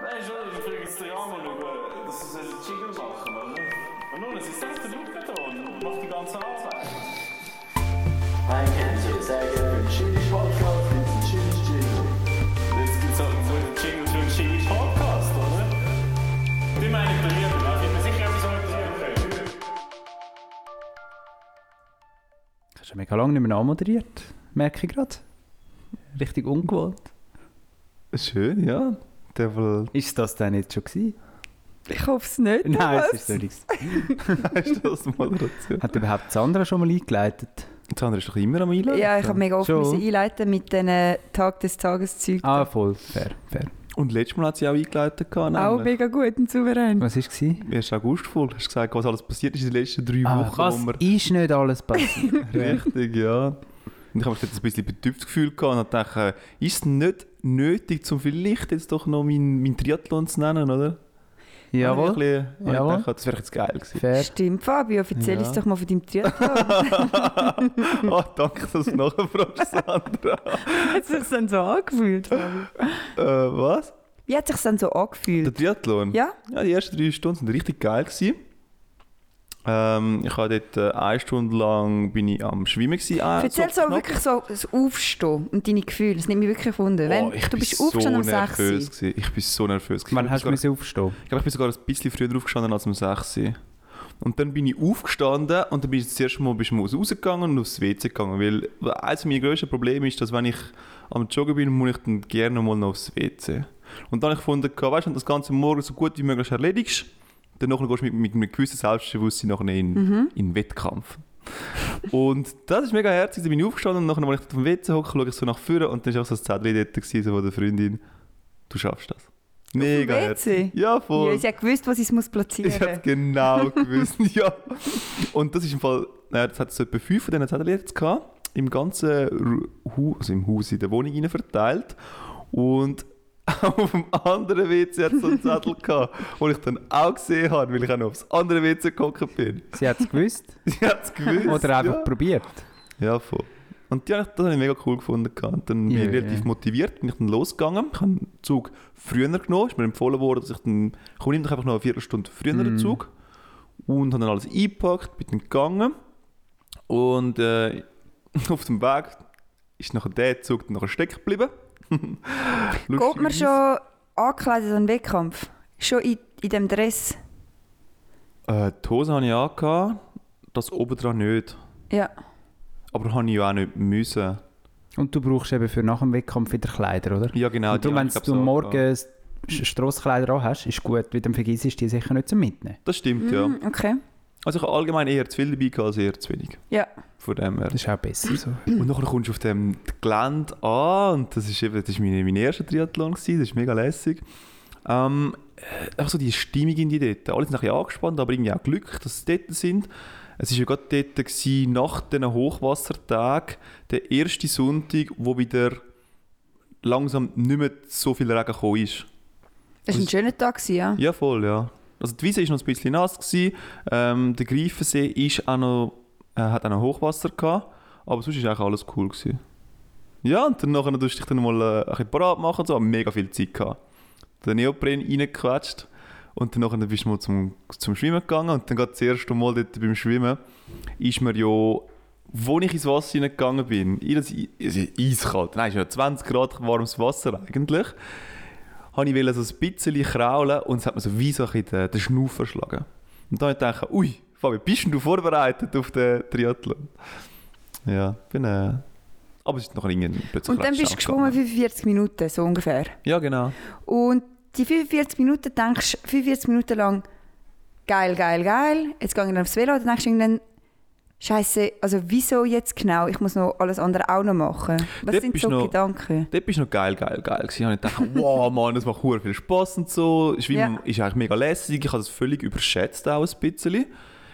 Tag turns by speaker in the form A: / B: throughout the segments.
A: Nein, schon, ich bringe jetzt den Rahmen über. Das ist ein Jingle machen, oder? ne? Und nun, es ist selbst der Luke da und macht die ganze Arbeit.
B: Ein Kenntnis, sehr gerne. Schönes Podcast, ein schönes Jingle.
A: Jetzt gibt es halt so einen Jingle für einen Jingle Podcast, oder? Die meine ich bei mir, da bin mir sicher, etwas anderes okay.
C: Hast du mega lange nicht mehr anmoderiert, merke ich gerade. Richtig ungewohnt.
D: Schön, ja. Der will,
C: Ist das denn jetzt schon gewesen?
E: Ich hoffe es nicht.
C: Nein,
E: Thomas.
C: es ist noch nichts.
D: hast du das Moderation?
C: Hat überhaupt Sandra schon mal eingeleitet?
D: Das andere ist doch immer am Einladen.
E: Ja, ich habe mega oft
C: Schon.
E: müssen einleiten mit diesen äh, Tag des Tages Zeug.
C: Ah, voll. Fair, fair.
D: Und letztes Mal hat sie auch eingeleitet. Gehabt,
E: Auch
D: nämlich.
E: mega gut und souverän.
C: Was war es?
D: Erst August voll. Hast du gesagt, was alles passiert ist in den letzten drei
E: Ah,
D: Wochen,
C: Ah, Was
D: wo wir
C: ist nicht alles passiert?
D: Richtig, ja. Und ich habe mich jetzt ein bisschen betüpft gefühlt gehabt und habe gedacht, äh, ist es nicht nötig, um vielleicht jetzt doch noch meinen mein Triathlon zu nennen, oder?
C: Jawohl.
D: Und ich, ein bisschen, und
C: Jawohl.
D: ich gedacht, das wäre jetzt geil gewesen.
C: Fair.
E: Stimmt, Fabio, erzähl
D: Ja.
E: uns doch mal von deinem Triathlon.
D: oh, danke, dass du nachfragst, Sandra.
E: Wie hat es sich dann so angefühlt? Fabio?
D: äh, was?
E: Wie hat es sich dann so
D: Der
E: angefühlt?
D: Triathlon?
E: Ja?
D: Ja, die ersten drei Stunden sind richtig geil. Gewesen. Ähm, ich war dort äh, eine Stunde lang bin ich am Schwimmen. Gewesen, äh,
E: Erzähl so,
D: knapp.
E: wirklich so das Aufstehen und deine Gefühle. Das nimmt mich wirklich wunder. Wenn,
D: Oh, ich
E: du
D: bin
E: bist
D: so
E: aufgestanden um 6 Uhr.
D: nervös gewesen. Ich bin so nervös. gewesen.
C: Wann
D: Ich
C: hast du
D: bin sogar-
C: müssen aufstehen?
D: Ich glaube, ich bin sogar ein bisschen früher aufgestanden als um 6 Uhr. Und dann bin ich aufgestanden und dann bin ich das erste Mal bist du rausgegangen und aufs WC gegangen. Weil eines meiner grössten Probleme ist, dass wenn ich am Joggen bin, muss ich dann gerne mal noch aufs WC. Und dann habe ich gefunden, gehabt, weißt du, wenn du das Ganze morgen so gut wie möglich erledigst, dann nachher gehst du mit, mit einem gewissen Selbstbewusstsein nachher in, in den Wettkampf. und das ist mega herzig, dann bin ich aufgestanden und nachher, als ich auf dem WC hocke, schaue ich so nach vorne und dann war auch so ein Zettel dort gewesen, so von der Freundin, du schaffst das. Mega
E: WC?
D: herzig. Ja, voll.
E: Ja, sie hat gewusst, wo sie es muss platzieren
D: Ich hätte
E: muss.
D: genau gewusst, ja. Und das ist im Fall, naja, das hat es so etwa fünf von diesen Zettel jetzt gehabt, im ganzen Ru- Hu- also im Haus, in der Wohnung rein verteilt. Und auch auf dem anderen WC hat es so einen Zettel gehabt, den ich dann auch gesehen habe, weil ich auch noch aufs andere WC gekommen bin.
C: Sie hat es gewusst
D: Sie hat es gewusst.
C: oder einfach
D: ja.
C: probiert.
D: Ja, voll. Und die, hab ich- das habe ich mega cool gefunden. gehabt. Und dann bin
C: Ja,
D: ich relativ
C: ja.
D: motiviert, bin ich dann losgegangen. Ich habe den Zug früher genommen. Ist mir empfohlen worden, dass ich dann, komm, nimm doch einfach noch eine Viertelstunde früher
C: Mhm.
D: den Zug. Und habe dann alles eingepackt, bin dann gegangen. Und äh, auf dem Weg ist nachher der Zug dann nachher stecken geblieben.
E: Geht man
D: Lustigerweise.
E: schon angekleidet an den Wettkampf? Schon in, in dem Dress?
D: Äh, die Hose habe ich angehabt, das obendran nicht.
E: Ja.
D: Aber habe ich ja auch nicht müssen.
C: Und du brauchst eben für nach dem Wettkampf wieder Kleider, oder?
D: Ja, genau.
C: Und
D: die
C: darum, wenn
D: habe ich, glaub,
C: du
D: so angehabt.
C: morgens Strosskleider an hast, ist gut, weil dann vergisst du die sicher nicht zum Mitnehmen.
D: Das stimmt, ja.
E: Hm, Okay.
D: Also ich habe allgemein eher zu viel dabei gehabt als eher zu wenig.
E: Ja.
D: Von dem her.
C: Das ist auch besser so.
D: Und nachher kommst du auf dem Gelände an und das ist eben, das ist mein, mein erster Triathlon gewesen, das ist mega lässig. Ähm, äh, auch so die Stimmung in die dort. Alle sind ein bisschen angespannt, aber irgendwie auch Glück, dass sie dort sind. Es war ja gerade dort gewesen, nach diesen Hochwassertagen, der erste Sonntag, wo wieder langsam nicht mehr so viel Regen gekommen ist.
E: Es war ein schöner Tag, gewesen, ja.
D: Ja, voll, ja. Also die Wiese war noch ein bisschen nass. Gewesen. Ähm, der Greifensee ist auch noch, äh, hat auch noch Hochwasser gehabt. Aber sonst war eigentlich alles cool. Gewesen. Ja, und dann nachher musst du dich dann mal äh, ein bisschen parat machen. und So, aber mega viel Zeit gehabt. Den Neopren reingequetscht. Und dann nachher bist du mal zum, zum Schwimmen gegangen. Und dann gerade das erste Mal dort beim Schwimmen ist mir ja, wo ich ins Wasser hineingegangen bin, in das, Ei- es ist eiskalt, nein, es ist ja 20 Grad warmes Wasser eigentlich habe ich wollte so ein bisschen kraulen und es hat mir so wie so ein bisschen den, den Schnuff verschlagen. Und dann habe ich gedacht, ui, Fabi, bist denn du vorbereitet auf den Triathlon? Ja, bin äh, Aber es ist noch irgendwie plötzlich
E: Und dann
D: recht
E: bist du
D: schnell
E: geschwommen
D: gegangen.
E: 45 Minuten, so ungefähr.
D: Ja, genau.
E: Und die 45 Minuten denkst du 45 Minuten lang, geil, geil, geil, jetzt gehe ich dann aufs Velo, dann denkst du irgendwann, Scheiße, also wieso jetzt genau? Ich muss noch alles andere auch noch machen. Was
D: Dort
E: sind
D: bist
E: so
D: du noch-
E: Gedanken?
D: Dort bist du noch geil, geil, geil. gewesen. Ich habe gedacht, wow, Mann, das macht hure viel Spass und so. Schwimmen
E: Ja.
D: ist eigentlich mega lässig. Ich habe das völlig überschätzt auch ein bisschen.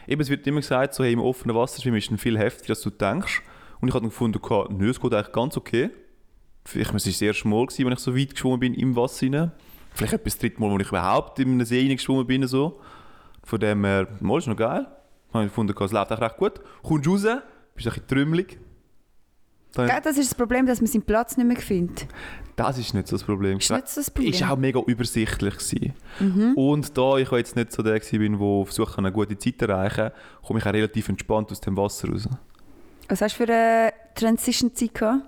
D: Eben, es wird immer gesagt, so, hey, im offenen Wasser schwimmen ist dann viel heftiger, als du denkst. Und ich habe dann gefunden, okay, nö, es geht eigentlich ganz okay. Ich meine, es war das erste Mal, gewesen, wenn ich so weit geschwommen bin im Wasser rein. Vielleicht etwa das dritte Mal, wo ich überhaupt in einem See geschwommen bin. So. Von dem her, mal ist noch geil. Ich habe gefunden, es läuft eigentlich recht gut. Kommst raus, bist ein bisschen trümmelig. Da-
E: Gell, Das ist das Problem, dass man seinen Platz nicht mehr findet.
D: Das ist nicht so das Problem.
E: Ist nicht so das Problem. Mhm.
D: Ist auch mega übersichtlich gewesen. Und da ich auch jetzt nicht so der gewesen bin, der versucht, eine gute Zeit zu erreichen, komme ich auch relativ entspannt aus dem Wasser raus.
E: Was hast du für eine Transition-Zeit gehabt?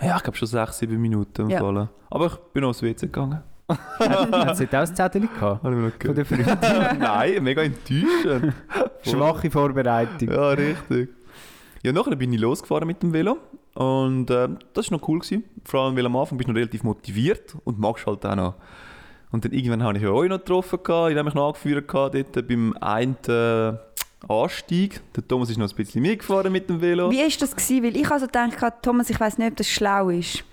D: Ja, ich glaube schon sechs, sieben Minuten
E: Ja.
D: ja. Aber ich bin noch ins WC gegangen.
C: Hat sie da auch ein Zettel gehabt?
D: Habe ich mir noch
C: Von
D: gehört.
C: der Freude.
D: Nein, mega enttäuschend.
C: Schwache Vorbereitung.
D: Ja, richtig. Ja, nachher bin ich losgefahren mit dem Velo und äh, das war noch cool. Gewesen. Vor allem, weil am Anfang bist du noch relativ motiviert und magst halt auch noch. Und dann irgendwann habe ich ja euch noch getroffen, gehabt, ich habe mich noch angeführt gehabt, dort beim einen äh, Anstieg. Der Thomas ist noch ein bisschen mitgefahren mit dem Velo.
E: Wie war das? Gewesen? Weil ich also gedacht, Thomas, ich weiß nicht, ob das schlau ist.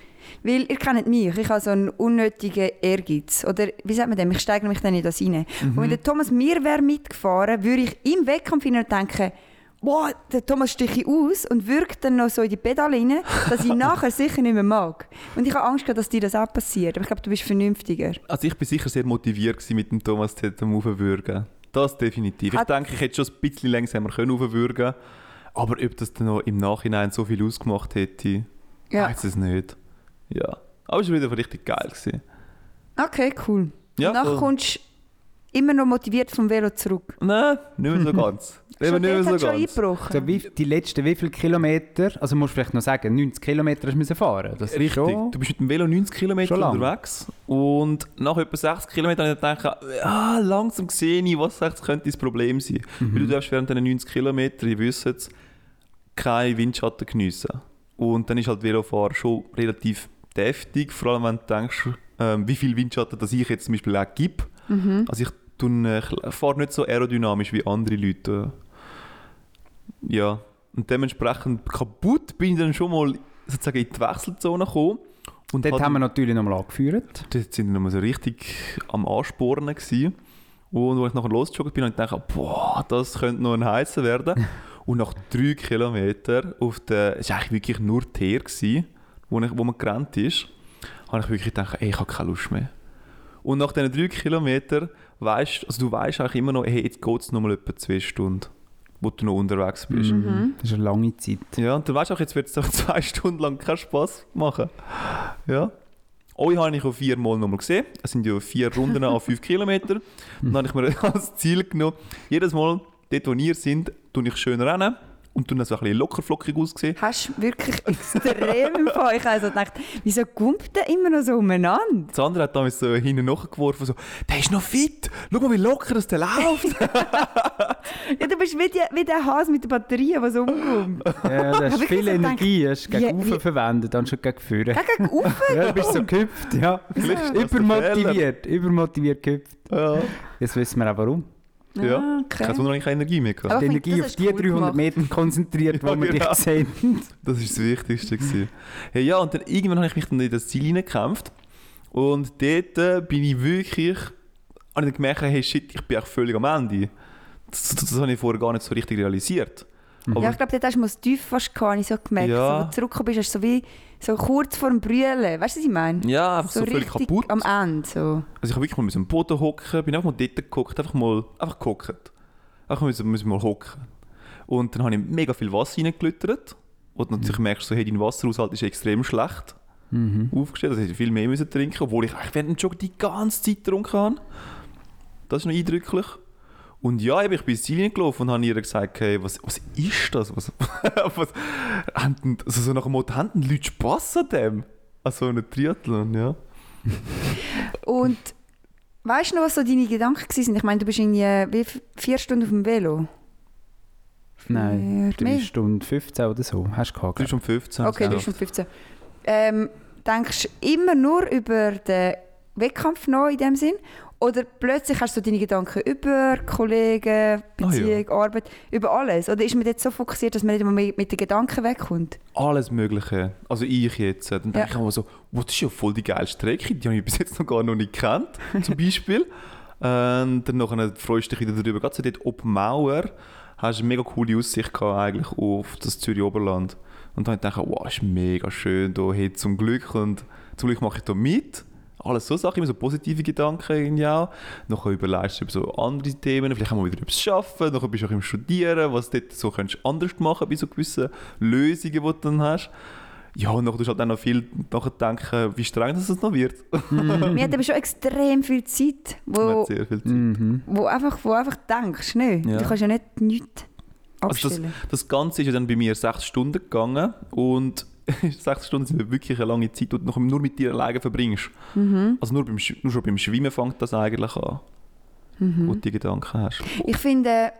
E: Weil ihr kennt mich, ich habe so einen unnötigen Ehrgeiz. Oder wie sagt man dem? Ich steigere mich dann in das rein.
D: Mhm.
E: Und wenn der Thomas mir wäre mitgefahren, würde ich im Wettkampf hinein denken, boah, der Thomas stiche ich aus und wirkt dann noch so in die Pedale rein, dass ich nachher sicher nicht mehr mag. Und ich habe Angst gehabt, dass dir das auch passiert. Aber ich glaube, du bist vernünftiger.
D: Also ich bin sicher sehr motiviert gewesen, mit dem Thomas dort am Aufwürgen. Das definitiv. Ich
E: Hat-
D: denke, ich hätte schon ein bisschen langsamer können aufwürgen aber ob das dann noch im Nachhinein so viel ausgemacht hätte,
E: Ja.
D: weiß es nicht. Ja. Aber es war wieder richtig geil. Gewesen.
E: Okay, cool.
D: Ja,
E: und nachher
D: voll.
E: kommst du immer noch motiviert vom Velo zurück.
D: Nein, nicht mehr so ganz. Eben
E: Schon
D: nicht mehr
E: dort
D: so
E: hat's schon
D: ganz.
E: eingebrochen.
C: So, wie, die letzten wie viele Kilometer, also musst du vielleicht noch sagen, 90 Kilometer hast du müssen fahren Das ist
D: Richtig.
C: Schon,
D: Du bist mit dem Velo 90 Kilometer
C: Schon lang.
D: unterwegs und nach etwa 60 Kilometern habe ich dann gedacht, ah, langsam sehe ich, was echt könnte das Problem sein.
C: Mhm.
D: Weil du darfst während diesen 90 Kilometern, ihr wisst es, keinen Windschatten geniessen. Und dann ist halt Velofahren schon relativ deftig, vor allem wenn du denkst, ähm, wie viel Windschatten das ich jetzt zum Beispiel auch gebe.
C: Mhm.
D: Also ich, tun, äh, ich fahre nicht so aerodynamisch wie andere Leute. Ja, und dementsprechend kaputt bin ich dann schon mal sozusagen in die Wechselzone gekommen. Und
C: Dort
D: hat-
C: haben wir natürlich nochmal angeführt.
D: dort sind wir nochmal so richtig am Anspornen gewesen. Und als ich nachher losgejoggt bin, habe ich gedacht, boah, das könnte noch ein heißer werden. Und nach drei Kilometern auf der, es war eigentlich wirklich nur Teer, gewesen, wo, ich, wo man gerannt ist, habe ich wirklich gedacht, ey, ich habe keine Lust mehr. Und nach diesen drei Kilometern weißt also du weißt eigentlich immer noch, hey, jetzt geht es nochmal etwa zwei Stunden, wo du noch unterwegs bist.
E: Hm?
C: Mhm. Das ist eine lange Zeit.
D: Ja, und dann weißt du auch, jetzt wird es doch zwei Stunden lang keinen Spass machen. Ja. Euch habe ich auch viermal nochmal gesehen. Es sind ja vier Runden an fünf Kilometer. Dann habe ich mir als Ziel genommen, jedes Mal, dort wo ihr sind, tue ich schön rennen und tue dann so ein bisschen lockerflockig aussehen.
E: Hast du wirklich extrem im Fall. Ich also gedacht, wieso gumpt der immer noch so umeinander?
D: Das andere hat damals so hinten nachgeworfen, so, der ist noch fit, schau mal, wie locker das der läuft.
E: Ja, du bist wie, die, wie der Hase mit der Batterie, der so umgummt.
C: Ja, da hast
E: Aber
C: du
E: ich
C: viel
E: so gedacht,
C: Energie hast du gegen
E: wie- wie-
C: Ufer verwendet, anstatt gegen Führen.
E: Gegen rauf.
C: Ja, du bist so gehüpft, ja.
D: Vielleicht ist das der
C: Übermotiviert, übermotiviert gehüpft.
D: ja.
C: Jetzt wissen wir auch warum.
D: ja.
E: Ah,
D: Ich habe
E: okay.
D: so noch keine Energie mehr gehabt.
E: Aber
C: Die
E: ich finde,
C: Energie
E: das
C: auf
E: hast
C: die
E: du cool
C: 300
E: gemacht.
C: Meter konzentriert,
D: Ja,
C: wo wir
D: genau.
C: dich sehen.
D: Das war das Wichtigste. gewesen. hey, ja, und dann irgendwann habe ich mich dann in das Ziel hineingekämpft. Und dort äh, bin ich wirklich. habe ich dann gemerkt, hey shit, ich bin echt völlig am Ende. Das, das, das habe ich vorher gar nicht so richtig realisiert.
E: Mhm. Ja, ich glaube, dort hast du mal das Tief fast gehabt, habe ich so gemerkt.
D: Ja.
E: So, wo du zurückgekommen bist, hast du so wie so kurz vor dem Brüllen. Weißt du, was ich meine?
D: Ja, einfach so, völlig
E: richtig
D: kaputt.
E: am Ende. So.
D: Also ich habe wirklich mal am Boden hocken, bin einfach mal dort geguckt, einfach mal einfach gehockt. Einfach müssen, müssen mal hocken. Und dann habe ich mega viel Wasser reingelüttert. Und natürlich merkst du, so, hey, dein Wasserhaushalt ist extrem schlecht aufgestellt. Also hätte ich viel mehr müssen trinken obwohl ich eigentlich während dem Jog die ganze Zeit getrunken habe. Das ist noch eindrücklich. Und ja, eben, ich bin ins Ziel hineingelaufen und habe ihr gesagt, hey, was, was ist das? Was, was, haben denn- also so nach dem Motto, haben denn Leute Spass an dem? An so einem Triathlon, ja.
E: Und weißt du noch, was so deine Gedanken waren? Ich meine, du bist irgendwie äh, wie f- vier Stunden auf dem Velo.
C: Nein,
E: Mehr?
C: 3 Stunden 15 oder so hast du gehabt. glaub.
D: Du bist um 15.
E: Okay, du
D: ja.
E: bist schon 15. Ähm, denkst du immer nur über den Wettkampf nach in dem Sinn? Oder plötzlich hast du deine Gedanken über
D: Ah,
E: Kollegen, Beziehung, Arbeit, über alles? Oder ist man jetzt so fokussiert, dass man nicht mehr mit den Gedanken wegkommt?
D: alles Mögliche. Also ich jetzt. Dann denke
E: Ja.
D: ich auch mal so, wow, das ist ja voll die geile Strecke, die habe ich bis jetzt noch gar noch nicht gekannt, zum Beispiel. Und dann nachher freust du dich wieder darüber. Gerade so dort ob Mauer hast du eine mega coole Aussicht gehabt eigentlich auf das Zürich Oberland. Und dann dachte ich, wow, ist mega schön hier, hey, zum Glück. Und zum Glück mache ich da mit. Alles so Sachen, immer so positive Gedanken irgendwie auch. Nachher überlegst du über so andere Themen, vielleicht auch mal wieder über das Arbeiten, nachher bist du auch im Studieren, was du dort so könntest anders machen bei so gewissen Lösungen, die du dann hast. Ja, und dann tust du halt dann noch viel nachdenken, wie streng das jetzt noch wird.
E: Wir hatten aber schon extrem viel Zeit,
D: Man
E: wo,
D: hat sehr viel Zeit.
C: Mhm.
E: wo, einfach, wo einfach denkst, ne?
D: Ja.
E: Du kannst ja nicht nichts
D: Also das-
E: abstellen.
D: Das Ganze ist ja dann bei mir sechs Stunden gegangen und sechs Stunden sind wirklich eine lange Zeit, die du noch nur mit dir alleine verbringst. Also nur, beim, Sch- nur schon beim Schwimmen fängt das eigentlich an, wo du die Gedanken hast.
E: ich finde,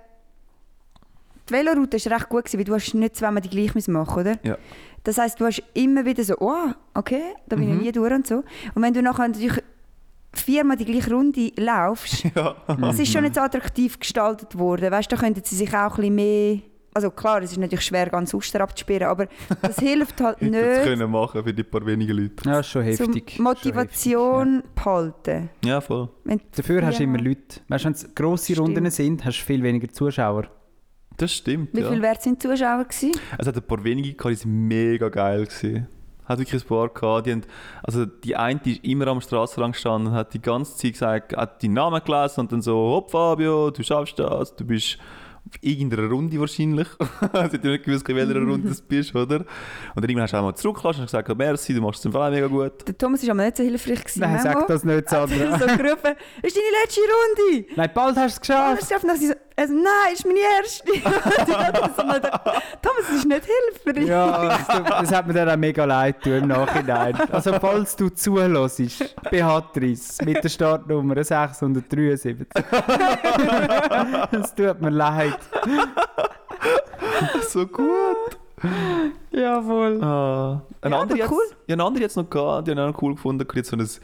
E: die Veloroute war recht gut, gewesen, weil du hast nicht zweimal die gleiche müssen machen oder?
D: Ja.
E: Das heisst, du hast immer wieder so, oh, okay, da bin
D: Mhm.
E: ich nie durch und so. Und wenn du nachher natürlich viermal die gleiche Runde laufst,
D: Ja.
E: es ist schon nicht so attraktiv gestaltet worden. Weißt, da könnten sie sich auch ein bisschen mehr... Also klar, es ist natürlich schwer, ganz Uster abzusperren, aber das hilft halt
D: Hätte das
E: nicht,
D: können machen für die paar wenigen Leute.
C: Ja, ist schon heftig.
E: zum Motivation
C: Schon heftig,
E: behalten.
D: Ja, voll.
E: Wenn
C: ja. Dafür hast du
E: Ja.
C: immer Leute. Weißt du, wenn es grosse
E: Stimmt.
C: Runden sind, hast du viel weniger Zuschauer.
D: Das stimmt,
E: Wie
D: ja. Also,
E: viel wert sind die Zuschauer gewesen?
D: Es hat ein paar wenige gehabt, die sind mega geil gewesen. Hat wirklich ein paar gehabt. Die haben, also die eine die ist immer am Strassenrand gestanden und hat die ganze Zeit gesagt, hat deinen Namen gelesen und dann so, hopp Fabio, du schaffst das, du bist auf irgendeiner Runde wahrscheinlich. Sie hat ja nicht gewusst, in welcher Runde du bist, oder? Und dann irgendwann hast du auch mal zurückgelassen und gesagt, merci, du machst es im Fall auch mega gut.
E: Der Thomas war aber nicht so hilfreich. Gewesen,
C: Nein,
E: Memo.
C: sag das nicht, Sandra.
E: so gerufen, ist deine letzte Runde?
C: Nein, bald hast du es
E: Und
C: geschafft.
E: ich dachte, so, also, nein, ist meine erste. Und ich dachte so mal, Thomas, das ist nicht hilfreich.
C: Ja, das, tut- das hat mir dann auch mega leid tun im Nachhinein. Also falls du zuhörst, Beatrice mit der Startnummer 673. Es tut mir leid.
D: So gut.
C: Jawohl.
D: Ah, ein
E: Ja,
D: anderer
E: aber
D: jetzt,
E: cool.
D: ja, ein anderer jetzt noch gehabt, die haben auch noch cool gefunden, kriegt so ein, so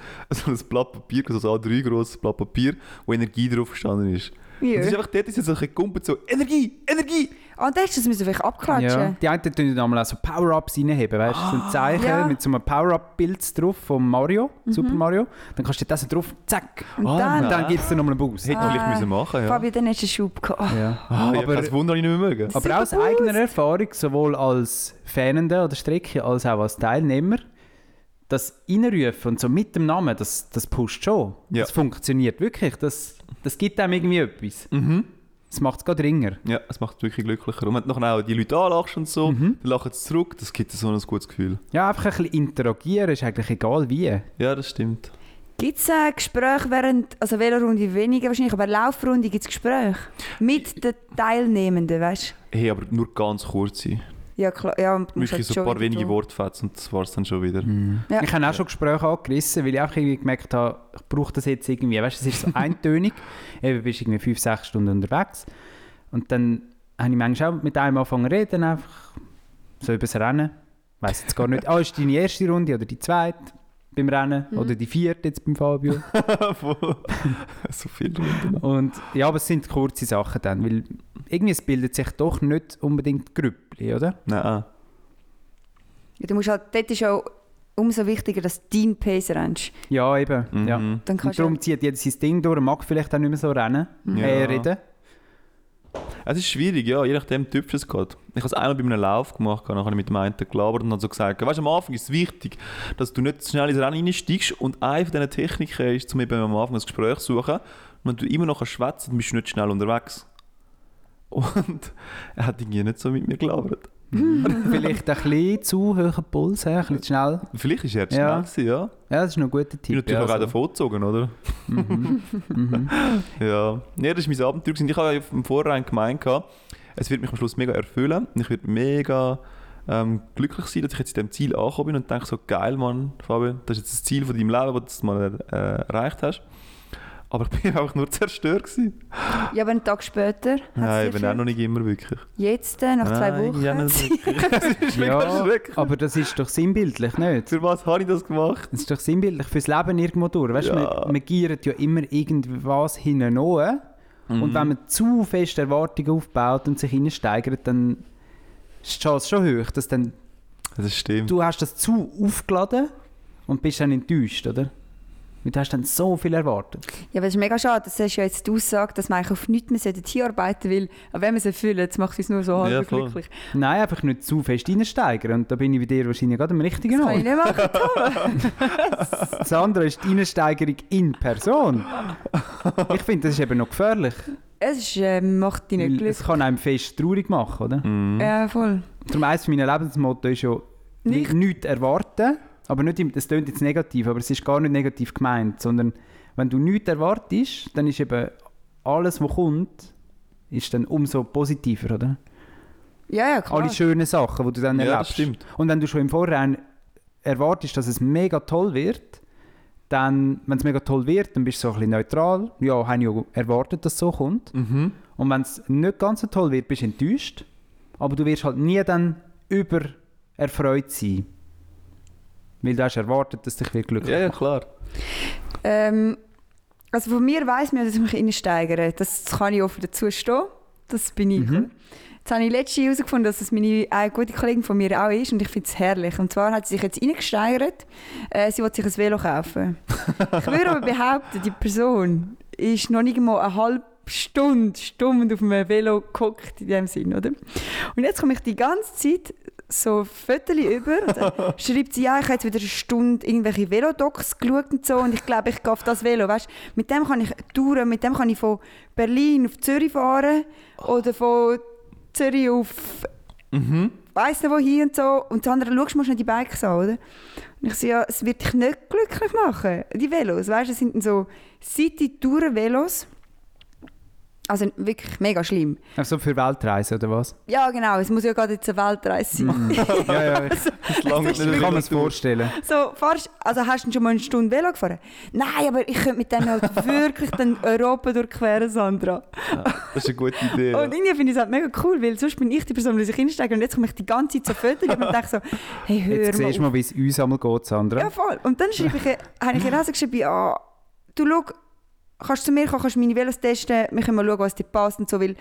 D: ein Blatt Papier, also so ein A3 grosses Blatt Papier, wo Energie drauf gestanden ist. Und es ist
E: Ja.
D: einfach dort, ist jetzt so ein bisschen gekumpelt, so Energie, Energie!
E: Und denkst du, Ah, das müssen wir vielleicht
C: Ja.
E: abklatschen?
C: Die einen tun dann mal so Power-Ups reinheben, weißt du? So ein Zeichen
E: Ah. ja. Mhm.
C: mit so einem Power-Up-Bild drauf von Mario, Super Mario. Dann kannst du das so drauf, zack.
E: Und
D: Ah,
E: dann,
C: Und dann gibt es nochmal einen Boost.
E: Ah.
D: Hätte ich vielleicht müssen machen ja.
E: Fabio, dann hast du einen Schub gehabt.
C: Ja.
D: Ah, ja,
C: aber-
D: aber das Wunder habe ich nicht mehr mögen.
C: Aber auch aus
E: Super
C: eigener Erfahrung, sowohl als Fanende an der Strecke als auch als Teilnehmer, das Reinrufen und so mit dem Namen, das, das pusht schon.
D: Ja.
C: Das funktioniert wirklich. Das, das gibt einem irgendwie etwas. Das macht es gerade ringer.
D: Ja, es macht wirklich glücklicher. Und wenn du nachher auch die Leute anlachst und so, dann lachen sie zurück, das gibt dir so ein gutes Gefühl.
C: Ja, einfach ein bisschen interagieren ist eigentlich egal wie.
D: Ja, das stimmt.
E: Gibt es äh, Gespräche während, also Velorunde weniger wahrscheinlich, aber Laufrunde gibt es Gespräche? Mit den Teilnehmenden, weißt du?
D: Hey, aber nur ganz kurz sein.
E: Ja, klar. Ja, und du musst
D: Wirklich
E: halt
D: so ein
E: schon
D: paar
E: wieder
D: wenige
E: tun.
D: Wortfetzen und das war es dann schon wieder.
E: Ja.
C: Ich habe auch schon Gespräche angerissen, weil ich einfach irgendwie gemerkt habe, ich brauche das jetzt irgendwie. Weißt du, es ist so eintönig. Eben bist du irgendwie fünf, sechs Stunden unterwegs. Und dann habe ich manchmal auch mit einem angefangen zu reden, einfach so über das Rennen. Ich weiss jetzt gar nicht, ah, ist deine erste Runde oder die zweite beim Rennen
D: Mhm.
C: oder die vierte jetzt beim Fabio.
D: so viel Runden.
C: Und ja, aber es sind kurze Sachen dann, weil irgendwie es bildet sich doch nicht unbedingt Grüppli, oder?
D: Nein. ah.
E: Ja, du musst halt, dort ist auch umso wichtiger, dass du deinen Pace rennst.
C: Ja, eben. Ja.
D: Mhm.
E: Dann kannst
C: Und
E: du
C: darum zieht jeder sein Ding durch, mag vielleicht auch nicht mehr so rennen,
D: Mhm. Ja.
C: äh, reden.
D: Es ist schwierig, ja, je nachdem Typ es geht. Ich habe es einmal bei einem Lauf gemacht, dann habe ich mit dem einen gelabert und dann so gesagt, weißt du, am Anfang ist es wichtig, dass du nicht zu schnell ins Rennen reinsteigst und eine von diesen Techniken ist, zum eben am Anfang ein Gespräch zu suchen, wenn du immer noch schwätzt, dann bist du nicht schnell unterwegs. Und er hat irgendwie nicht so mit mir gelabert.
C: Vielleicht ein bisschen zu hohen Puls, ja, ein bisschen zu schnell.
D: Vielleicht ist er zu
C: Ja.
D: schnell gewesen, ja.
C: Ja, das ist noch ein guter
D: Ich bin
C: Tipp.
D: natürlich
C: ja, also,
D: auch davon gezogen, oder? Mhm. ja. ja, das war mein Abenteuer. gewesen. Ich habe ja im Vorrein gemeint, gehabt, es wird mich am Schluss mega erfüllen. und Ich werde mega ähm, glücklich sein, dass ich jetzt in diesem Ziel angekommen bin und denke so, geil Mann, Fabian, das ist jetzt das Ziel von deinem Leben, das du mal äh, erreicht hast. Aber ich bin einfach nur zerstört. Gewesen.
E: Ja, aber einen Tag später. hat's
D: Nein,
E: dir
D: ich bin auch
E: gefällt.
D: noch nicht immer wirklich.
E: Jetzt, äh, nach zwei
D: Nein,
E: Wochen.
D: Ja, nicht wirklich. das ist mega
C: Ja,
D: schrecklich.
C: aber das ist doch sinnbildlich, nicht?
D: Für was habe ich das gemacht?
C: Das ist doch sinnbildlich fürs Leben irgendwo durch. Weißt, du,
D: Ja.
C: man, man giert ja immer irgendwas hinten an.
D: Mhm.
C: Und wenn man zu fest Erwartungen aufbaut und sich hineinsteigert, dann ist die Chance schon hoch, dass dann,
D: Das stimmt.
C: du hast das zu aufgeladen und bist dann enttäuscht, oder? Weil du hast dann so viel erwartet.
E: Ja, aber es ist mega schade. Das ist ja jetzt die Aussage, dass man eigentlich auf nichts mehr hinarbeiten will. Aber wenn wir es erfüllen, das macht uns nur so halb
D: Ja, voll.
E: glücklich.
C: Nein, einfach nicht zu fest hineinsteigern. Und da bin ich bei dir wahrscheinlich gerade am richtigen
E: Das kann ich
C: Ort.
E: nicht machen.
C: Sandra ist die Hineinsteigerung in Person. Ich finde, das ist eben noch gefährlich.
E: Es ist, äh, macht dich nicht
C: Weil Es
E: glücklich.
C: kann einem fest traurig machen, oder?
E: Ja, voll.
C: Darum eines meiner Lebensmotto ist ja, nicht. nichts erwarten. Aber nicht, im- das klingt jetzt negativ, aber es ist gar nicht negativ gemeint, sondern wenn du nichts erwartest, dann ist eben alles, was kommt, ist dann umso positiver, oder?
E: Ja, ja, klar.
C: Alle schönen Sachen, die du dann
D: Ja, das
C: erlebst.
D: stimmt.
C: Und wenn du schon im Vorhinein erwartest, dass es mega toll wird, dann, wenn es mega toll wird, dann bist du so ein bisschen neutral. Ja, habe ich ja erwartet, dass es so kommt.
D: Mhm.
C: Und wenn es nicht ganz so toll wird, bist du enttäuscht. Aber du wirst halt nie dann übererfreut sein. Weil du hast erwartet, dass dich viel Glück
D: Ja, ja, klar.
E: Ähm, also von mir weiss man, dass ich mich reinsteigere. Das kann ich offen dazu stehen. Das bin ich.
C: Mhm.
E: Jetzt habe ich letztens herausgefunden, dass es meine eine gute Kollegin von mir auch ist und ich finde es herrlich. Und zwar hat sie sich jetzt reingesteigert, äh, sie will sich ein Velo kaufen. ich würde aber behaupten, die Person ist noch nicht mal eine halbe Stunde stummend auf einem Velo geguckt, in dem Sinn, oder? Und jetzt komme ich die ganze Zeit so Fotos über und dann schreibt sie, ja, ich habe jetzt wieder eine Stunde irgendwelche Velodocs geschaut und so und ich glaube, ich gehe auf das Velo, weißt? Mit dem kann ich touren, mit dem kann ich von Berlin auf Zürich fahren oder von Zürich auf
D: Mhm.
E: weiss nicht wohin und so. Und das andere, schaust du musst nicht die Bikes an, oder? Und ich so, ja, es wird dich nicht glücklich machen. Die Velos, weißt du, das sind dann so City-Touren-Velos. Also wirklich mega schlimm.
C: Also für Weltreisen oder was?
E: Ja, genau, es muss ja gerade jetzt eine Weltreise
C: Mhm.
E: sein.
C: ja, ja, ich
D: Mhm. Das langt nicht
C: kann mir
D: mehr
C: es vorstellen.
E: So, fahrst, also hast du schon mal eine Stunde Velo gefahren? Nein, aber ich könnte mit dem halt wirklich dann Europa durchqueren, Sandra.
D: Das ist eine gute Idee.
E: Und irgendwie finde ich es halt mega cool, weil sonst bin ich die Person, die sich hinsteigt und jetzt komme ich die ganze Zeit so Fotos und denke so, hey, hör
C: Jetzt
E: mal
C: siehst du mal, wie es uns einmal geht, Sandra.
E: Ja, voll. Und dann schreibe ich, habe ich ihr auch so geschrieben, ja, du schau, kannst zu mir kommen, kannst meine Velos testen, wir können mal schauen, was dir passt und so, weil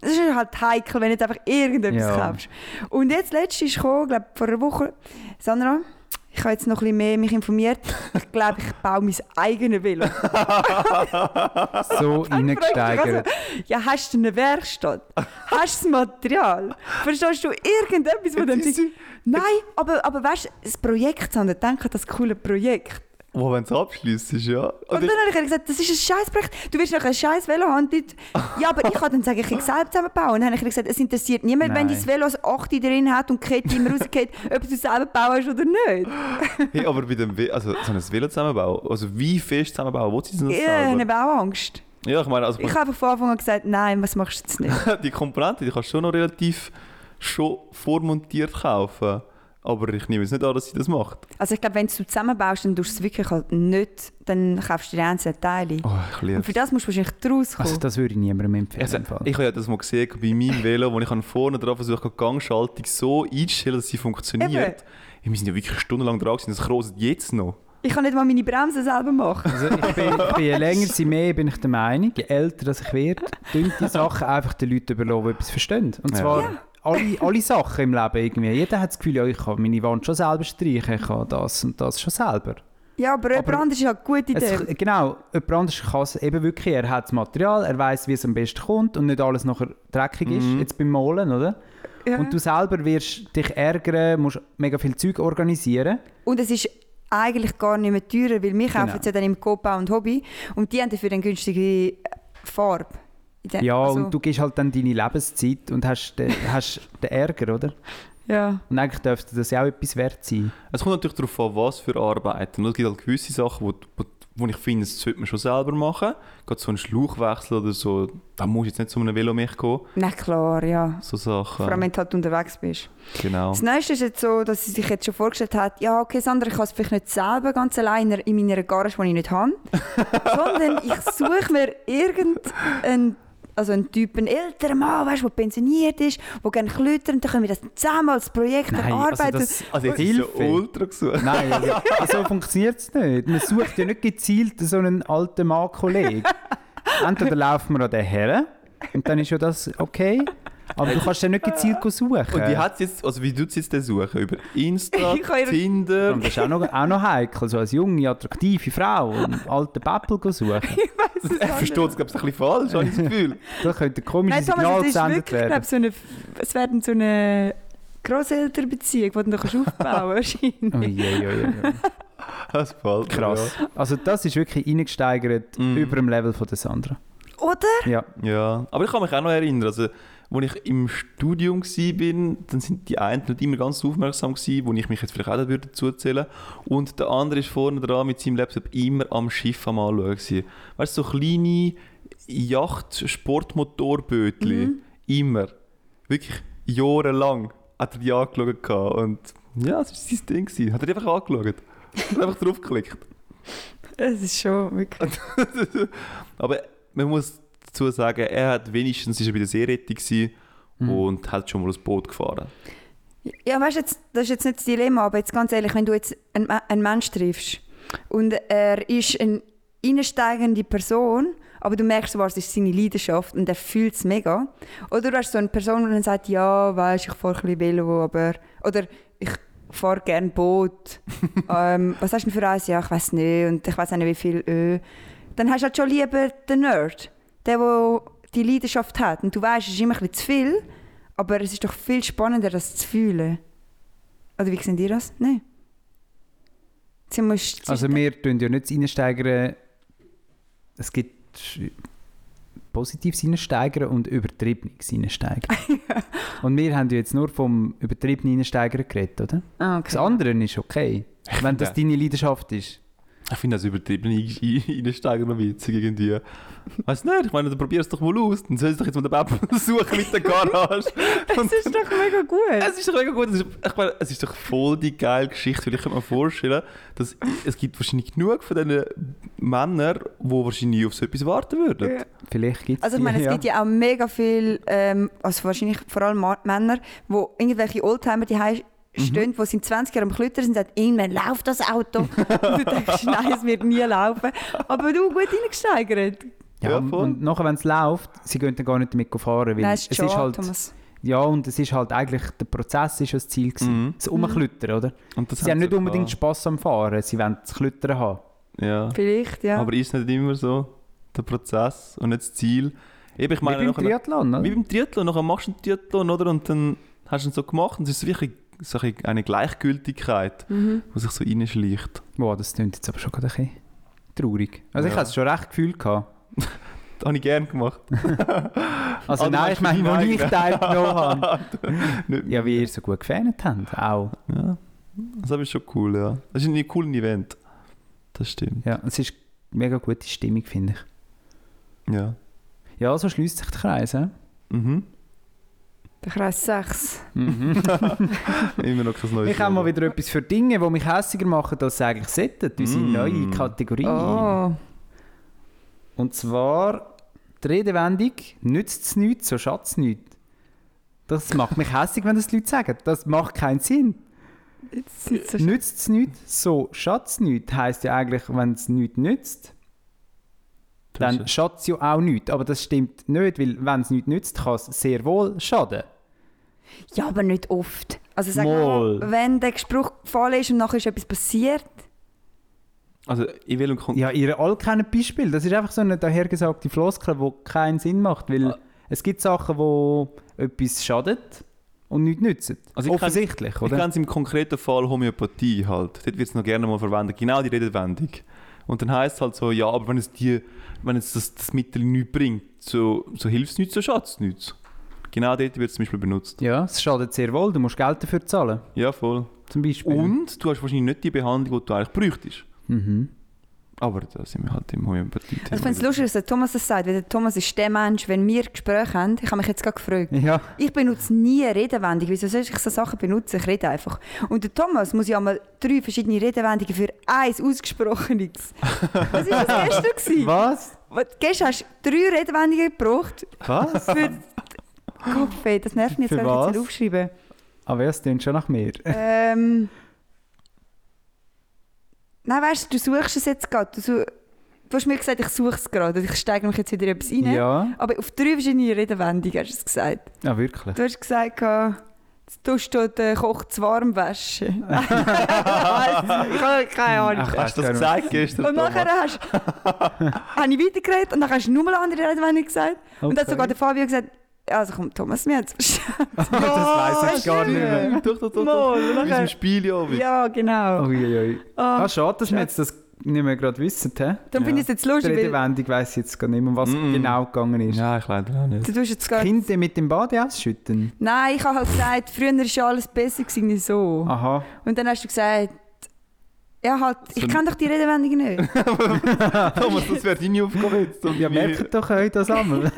E: es ist halt heikel, wenn du jetzt einfach irgendetwas
C: Ja.
E: kaufst. Und jetzt letztens kam, glaube vor einer Woche, Sandra, ich habe jetzt noch ein bisschen mehr mich informiert, ich glaube, ich baue mein eigenes Velo.
C: So
E: Dann fragst du dich
C: reingesteigert.
E: also, ja, hast du eine Werkstatt? Hast du das Material? Verstehst du irgendetwas, wo dann
D: ist
E: denkst, nein, aber, aber weißt du, das Projekt, Sandra, denk an das coole Projekt.
D: Wo, wenn es abschließt, ist ja.
E: Und dann habe ich ihr gesagt, das ist ein Scheißprojekt. Du wirst noch ein scheiß Velo haben. dort. Ja, aber ich kann dann sagen, ich kann es selbst zusammenbauen. Und dann habe ich ihr gesagt, es interessiert niemand, wenn
C: Nein.
E: dein Velo als 8 drin hat und die Kette immer rausgeht, ob du es selber baust oder nicht.
D: Hey, aber bei dem, We also so ein Velo zusammenbauen, also wie fest zusammenbauen, wo sie denn das
E: Ich habe
D: selber?
E: auch Angst.
D: Ja, ich meine, also
E: Ich habe einfach von Anfang an gesagt, nein, was machst du jetzt nicht?
D: die Komponenten, die kannst du schon noch relativ schon vormontiert kaufen. Aber ich nehme jetzt nicht an, dass sie das macht.
E: Also ich glaube, wenn du es zusammenbaust, dann tust du es wirklich halt nicht, dann kaufst du die einzelnen Teile.
D: Oh, ich liebe
E: Und für das musst du wahrscheinlich draus kommen.
C: Also das würde ich niemandem empfehlen.
D: Also,
C: im Fall.
D: ich habe ja das mal gesehen bei meinem Velo, wo ich habe vorne drauf versucht habe, die Gangschaltung so einzustellen, dass sie funktioniert. Hey, wir sind ja wirklich stundenlang dran gewesen, das kroset jetzt noch.
E: ich kann nicht mal meine Bremsen selber machen.
C: Also ich bin, ich bin je länger, je mehr bin ich der Meinung, je älter dass ich werde, dünn die Sachen einfach den Leuten überlassen, die etwas verstehen. Und
D: Ja.
C: zwar alle, alle Sachen im Leben irgendwie. Jeder hat das Gefühl, ja, ich kann meine Wand schon selber streichen, ich kann das und das schon selber.
E: Ja, aber jemand
C: Aber-
E: anderes ist halt eine gute Idee.
C: Es, genau, jemand anderes kann es eben wirklich, er hat das Material, er weiß, wie es am besten kommt und nicht alles nachher dreckig ist, jetzt beim Malen, oder?
E: Ja.
C: Und du selber wirst dich ärgern, musst mega viel Zeug organisieren.
E: Und es ist eigentlich gar nicht mehr teurer, weil wir kaufen
C: Genau.
E: es ja dann im Copa und Hobby und die haben dafür eine günstige äh, Farbe. In der-
C: Ja,
E: also-
C: und du gibst halt dann deine Lebenszeit und hast den, hast den Ärger, oder?
E: Ja.
C: Und eigentlich dürfte das ja auch etwas wert sein.
D: Es kommt natürlich darauf an, was für Arbeiten. Es gibt halt gewisse Sachen, wo, wo, wo ich finde, das sollte man schon selber machen. Gerade so ein Schlauchwechsel oder so, da musst du jetzt nicht zu einem Velomech gehen.
E: Na klar, ja.
D: So
E: Vor allem,
D: Sachen.
E: wenn du halt unterwegs bist.
D: Genau.
E: Das Neueste ist jetzt so, dass sie sich jetzt schon vorgestellt hat, ja, okay, Sandra, ich kann es vielleicht nicht selber ganz alleine in meiner Garage, die ich nicht habe, sondern ich suche mir irgendeinen also einen Typ, einen älteren Mann, weißt, der pensioniert ist, der gerne klüttert, dann können wir das zusammen als Projekt erarbeiten.
D: Also jetzt ist es ja ultra gesucht.
C: Nein, also, so funktioniert es nicht. Man sucht ja nicht gezielt so einen alten Mann-Kollegen. Entweder laufen wir an den her und dann ist ja das okay. Aber du kannst ja nicht gezielt suchen.
D: Und die hat jetzt, also wie tut sie jetzt den suchen? Über Insta,
E: Ich kann ihr-
D: Tinder?
C: Und das ist auch noch, auch noch heikel, so als junge, attraktive Frau einen alten Päppel suchen.
D: Er versteht es, glaube ich, ein bisschen falsch, habe ich das Gefühl.
C: Da könnte ein komisches
E: Nein, Thomas,
C: Signal
E: das ist
C: gesendet
E: wirklich,
C: werden.
E: glaub, so eine, es wäre dann so eine Grosselternbeziehung, die du noch aufbauen kannst. wahrscheinlich.
C: Ui, ui, ui, ui.
D: Das fällt mir,
C: Krass. Also das ist wirklich reingesteigert
D: Mhm.
C: über dem Level von der Sandra.
E: Oder?
C: Ja.
D: Ja. ja, aber ich kann mich auch noch erinnern, also als ich im Studium war, dann sind die einen nicht immer ganz so aufmerksam, gewesen, wo ich mich jetzt vielleicht auch würde zuzählen würde. Und der andere ist vorne dran mit seinem Laptop immer am Schiff am Anschauen. gewesen. Weißt du, so kleine Yacht-Sportmotorbötchen. Immer. Wirklich jahrelang hat er die angeschaut. gehabt Und ja, es war sein Ding. gewesen. Hat er die einfach angeschaut. Hat einfach draufgeklickt.
E: Das ist schon wirklich.
D: Aber man muss dazu sagen, er hat wenigstens ist er bei der Seerettung gewesen und hat schon mal ein Boot gefahren.
E: Ja, weißt du, jetzt, das ist jetzt nicht das Dilemma, aber jetzt ganz ehrlich, wenn du jetzt einen, Ma- einen Menschen triffst und er ist eine einsteigende Person, aber du merkst, was ist seine Leidenschaft und er fühlt es mega. Oder du hast so eine Person, die dann sagt, ja, weißt, ich fahre ein bisschen Velo, aber... Oder ich fahre gerne Boot. ähm, was hast du denn für eins? Ja, ich weiß nicht und ich weiß auch nicht, wie viel. Ö. Dann hast du halt schon lieber den Nerd, der, der die Leidenschaft hat. Und du weißt, es ist immer ein bisschen zu viel, aber es ist doch viel spannender, das zu fühlen. Oder wie seht ihr das? Nein. Sie muss, sie
C: Also wir tun ja nicht das Einsteigern. Es gibt sch- positives Einsteigern und übertriebenes Einsteigern. und wir haben ja jetzt nur vom übertriebenen Einsteigern geredet, oder?
E: ah, okay.
C: Das andere ist okay, wenn das deine Leidenschaft ist.
D: Ich finde das übertrieben einsteigen noch witzig irgendwie. Weiß nicht, ich meine, dann probier es doch mal aus. Dann sollst du doch jetzt mal den Bäppel suchen mit der Garage.
E: Das
D: Und
E: ist doch mega gut.
D: Es ist doch mega gut. Es ist, ich meine, es ist doch voll die geile Geschichte, weil ich könnte mir vorstellen, dass es gibt wahrscheinlich genug von diesen Männern, die wahrscheinlich auf so etwas warten würden.
E: Ja.
C: Vielleicht gibt es
E: Also ich meine, es gibt ja auch mega viele, ähm, also wahrscheinlich vor allem Ma- Männer, wo irgendwelche Oldtimer die stehen, die sind 20 Jahre am Klütter sind und sagen, irgendwann läuft das Auto. und du denkst, nein, es wird nie laufen. Aber du, gut reingesteigert.
C: Ja,
D: Ja,
C: und-
D: voll.
C: und nachher, wenn es läuft, sie gehen dann gar nicht damit fahren, weil
E: Nein,
C: es
E: es ist
C: ist
E: schon,
C: halt,
E: Thomas.
C: ja und es ist halt eigentlich der Prozess ist ja das Ziel gewesen, das Umklüttern, oder?
D: Und das
C: sie haben nicht
D: doch
C: unbedingt
D: auch.
C: Spass am Fahren, sie wollen das Klüttern haben.
D: Ja.
E: Vielleicht, ja.
D: Aber ist nicht immer so der Prozess und nicht das Ziel. Eben, ich meine,
C: Wie beim
D: nachher-
C: Triathlon,
D: Wie
C: oder?
D: beim Triathlon, nachher machst du einen Triathlon, oder? Und dann hast du ihn so gemacht und es ist wirklich so ein bisschen eine Gleichgültigkeit,
C: Mhm.
D: die sich so reinschleicht.
C: Boah, das klingt jetzt aber schon gerade ein bisschen traurig. Also ich
D: Ja.
C: hatte es schon recht Gefühl. Gehabt.
D: Das habe ich gerne gemacht.
C: Also
D: Ah, du
C: nein,
D: meinst
C: ich meine,
D: deine
C: wo ich
D: eigenen.
C: teilgenommen habe.
D: Nicht-
C: Ja, wie ihr so gut gefeiert habt, auch.
D: ja. Das ist schon cool, ja. Das ist ein cooles Event. Das stimmt,
C: Ja, es ist mega gute Stimmung, finde ich.
D: ja.
C: Ja, so schließt sich der Kreis, hä?
D: Mhm.
E: Der Kreis 6.
D: Immer noch kein neues
C: Ich habe mal
D: Logo.
C: wieder etwas für Dinge, die mich hässiger machen, als sie eigentlich sollten. Unsere
D: Mm. Ah.
C: neue Kategorie.
E: Oh.
C: Und zwar die Redewendung «Nützt es nichts, so schadet es nichts». Das macht mich hässig, wenn das die Leute sagen. Das macht keinen Sinn.
E: Jetzt sind so
C: «Nützt es nichts, so schadet es nichts» heisst ja eigentlich, wenn es nichts nützt,
D: Das
C: dann
D: ist-
C: schadet es ja auch nichts. Aber das stimmt nicht, weil wenn es nichts nützt, kann es sehr wohl schaden.
E: Ja, aber nicht oft. Also sag
C: Mal.
E: mal, wenn der Spruch gefallen ist und nachher ist etwas passiert,
D: Also, ich will und kommt.
C: Ja, ihr alle kennt Beispiel. Das ist einfach so eine dahergesagte Floskel, die keinen Sinn macht, weil
D: Ah.
C: es gibt Sachen, wo etwas schadet und nichts nützen.
D: Also ich
C: Offensichtlich,
D: Ich
C: oder?
D: kenne es im konkreten Fall Homöopathie halt. Dort wird es noch gerne mal verwendet. Genau die Redewendung. Und dann heisst es halt so, ja, aber wenn es, die, wenn es das, das Mittel nichts bringt, so, so hilft es nichts, so schadet es nichts. Genau dort wird es zum Beispiel benutzt.
C: ja, es schadet sehr wohl. Du musst Geld dafür zahlen,
D: Ja, voll.
C: zum Beispiel.
D: Und du hast wahrscheinlich nicht die Behandlung, die du eigentlich bräuchtest.
C: Mhm.
D: Aber da sind wir halt im Homöopathie-Thema.
E: ich finde es Also, lustig, dass der Thomas das sagt, weil der Thomas ist der Mensch, wenn wir Gespräche haben, ich habe mich jetzt gerade gefragt,
C: Ja,
E: Ich benutze nie Redewendungen. Wieso soll ich so Sachen benutzen? Ich rede einfach. Und der Thomas muss ja mal drei verschiedene Redewendungen für eins ausgesprochenes. Was war das gestern? Was?
C: was?
E: Was? Gestern hast du drei Redewendungen gebraucht
C: Was?
E: für Kopf, ey, das nervt mich jetzt,
C: Für
E: wenn ich
C: was?
E: jetzt aufschreiben
C: Aber ja, Ah, es klingt schon nach mir.
E: ähm, Nein, weißt du, du suchst es jetzt gerade. Du, su- du hast mir gesagt, ich suche es gerade. Ich steige mich jetzt wieder in etwas rein.
C: Ja,
E: Aber auf drei verschiedene Redewendungen hast du es gesagt.
C: ja wirklich.
E: Du hast gesagt, ah, jetzt tust du den Koch zu warm waschen. Nein, ich habe keine Ahnung.
C: Ach,
D: Hast du das
C: keine
D: gesagt gestern?
E: Und nachher
D: Thomas?
E: hast, habe ich weitergeredet und dann hast du nur mal andere Redewendung gesagt. Und dann hat
C: Okay.
E: sogar der Fabio gesagt, also komm, Thomas, wir haben es verstanden.
C: das weiß ich
E: Oh,
C: gar nicht mehr.
D: Doch, doch, doch. doch.
E: Mal,
D: Mit
E: nachher-
D: dem Spiel, ja. wie-
E: Ja, genau.
C: Uiuiui.
E: Ah,
C: Ah, schade, dass wir jetzt das nicht mehr gerade wissen. hä?
E: Darum
D: Ja.
E: finde ich es jetzt
C: Die
E: lustig, weil
C: Redewendung weiss ich jetzt gar nicht mehr, um was
D: Mm.
C: genau gegangen ist.
D: Ja, ich leider auch nicht.
E: du tust jetzt gar
C: Kinder mit dem Bade ausschütten.
E: Nein, ich habe halt gesagt, früher war alles besser, gewesen, nicht so.
C: Aha.
E: Und dann hast du gesagt, ja halt, ich kenne doch die Redewendung nicht.
D: Thomas, das wäre deine Aufgabe jetzt.
C: Ja, merkt doch euch das einmal.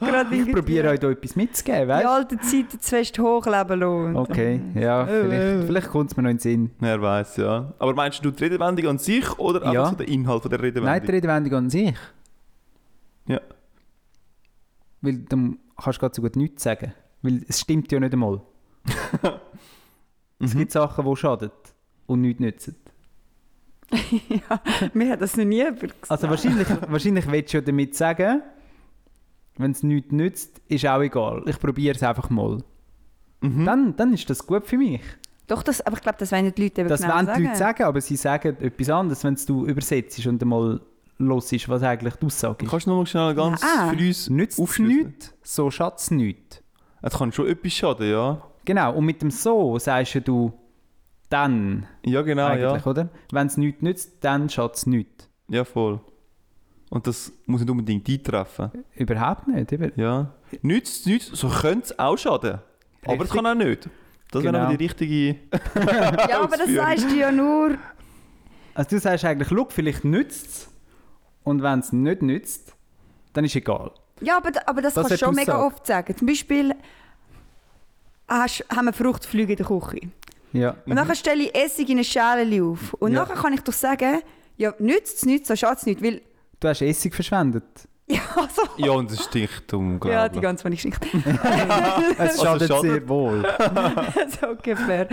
E: Gerade
C: Ich probiere euch da etwas mitzugeben,
E: Die
C: weißt
E: alte Zeit zu fest hochleben lassen.
C: Okay, ja,
D: Äh,
C: vielleicht,
D: äh.
C: vielleicht kommt es mir noch in den Sinn.
D: Er weiß ja. Aber meinst du die Redewendung an sich oder einfach
C: Ja.
D: so den Inhalt von der
C: Nein, die
D: Redewendung?
C: Redewendung an sich.
D: Ja.
C: Weil dann kannst du gerade so gut nichts sagen. Weil es stimmt ja nicht einmal. Es
D: Mhm.
C: gibt Sachen, die schaden und nichts nützen.
E: ja, mir hat das noch nie jemand gesagt.
C: Also wahrscheinlich, wahrscheinlich willst du ja damit sagen, wenn es nichts nützt, ist auch egal. Ich probiere es einfach mal.
D: Mhm.
C: Dann, dann ist das gut für mich.
E: Doch, das, aber ich glaube, das wollen die Leute eben
C: Das
E: genau
C: wollen die
E: sagen.
C: Leute sagen, aber sie sagen etwas anderes, wenn du übersetzt und einmal hörst, was eigentlich die Aussage ist.
D: Kannst du nochmal schnell ganz
E: Ah.
D: für uns
C: Nützt es
D: aufschlüsseln?
C: nichts, so schadet es nichts.
D: Es kann schon etwas schaden, ja.
C: Genau, und mit dem «so» sagst ja du «dann»
D: Ja, genau,
C: eigentlich,
D: ja.
C: oder? Wenn es nichts nützt, dann schadet es nichts.
D: Ja, voll. Und das muss nicht unbedingt eintreffen.
C: Überhaupt nicht, eben.
D: Ja. Nützt es nichts, so könnte es auch schaden. Aber es
C: Richtig.
D: kann auch nicht. Das wäre
C: Genau.
D: aber die richtige.
E: Ja, aber das
D: Ausführen.
E: sagst du ja nur.
C: Also du sagst eigentlich «Schau, vielleicht nützt es» und wenn es nicht nützt, dann ist egal.
E: Ja, aber, aber das,
C: Das hat
E: kannst du schon
C: die
E: mega
C: Aussage.
E: oft sagen. Zum Beispiel hast, haben wir Fruchtflüge in der Küche.
C: Ja.
E: Und nachher stelle ich Essig in eine Schale auf. Und
C: Mhm. Ja.
E: nachher kann ich doch sagen, ja, nützt es nichts, so schadet es nicht. Weil,
C: Du hast Essig verschwendet.
E: ja, so.
D: Ja, und es stinkt unglaublich.
E: Ja, die ganze Geschichte.
C: Es schadet
D: Also schadet-
C: sehr wohl.
E: so ungefähr.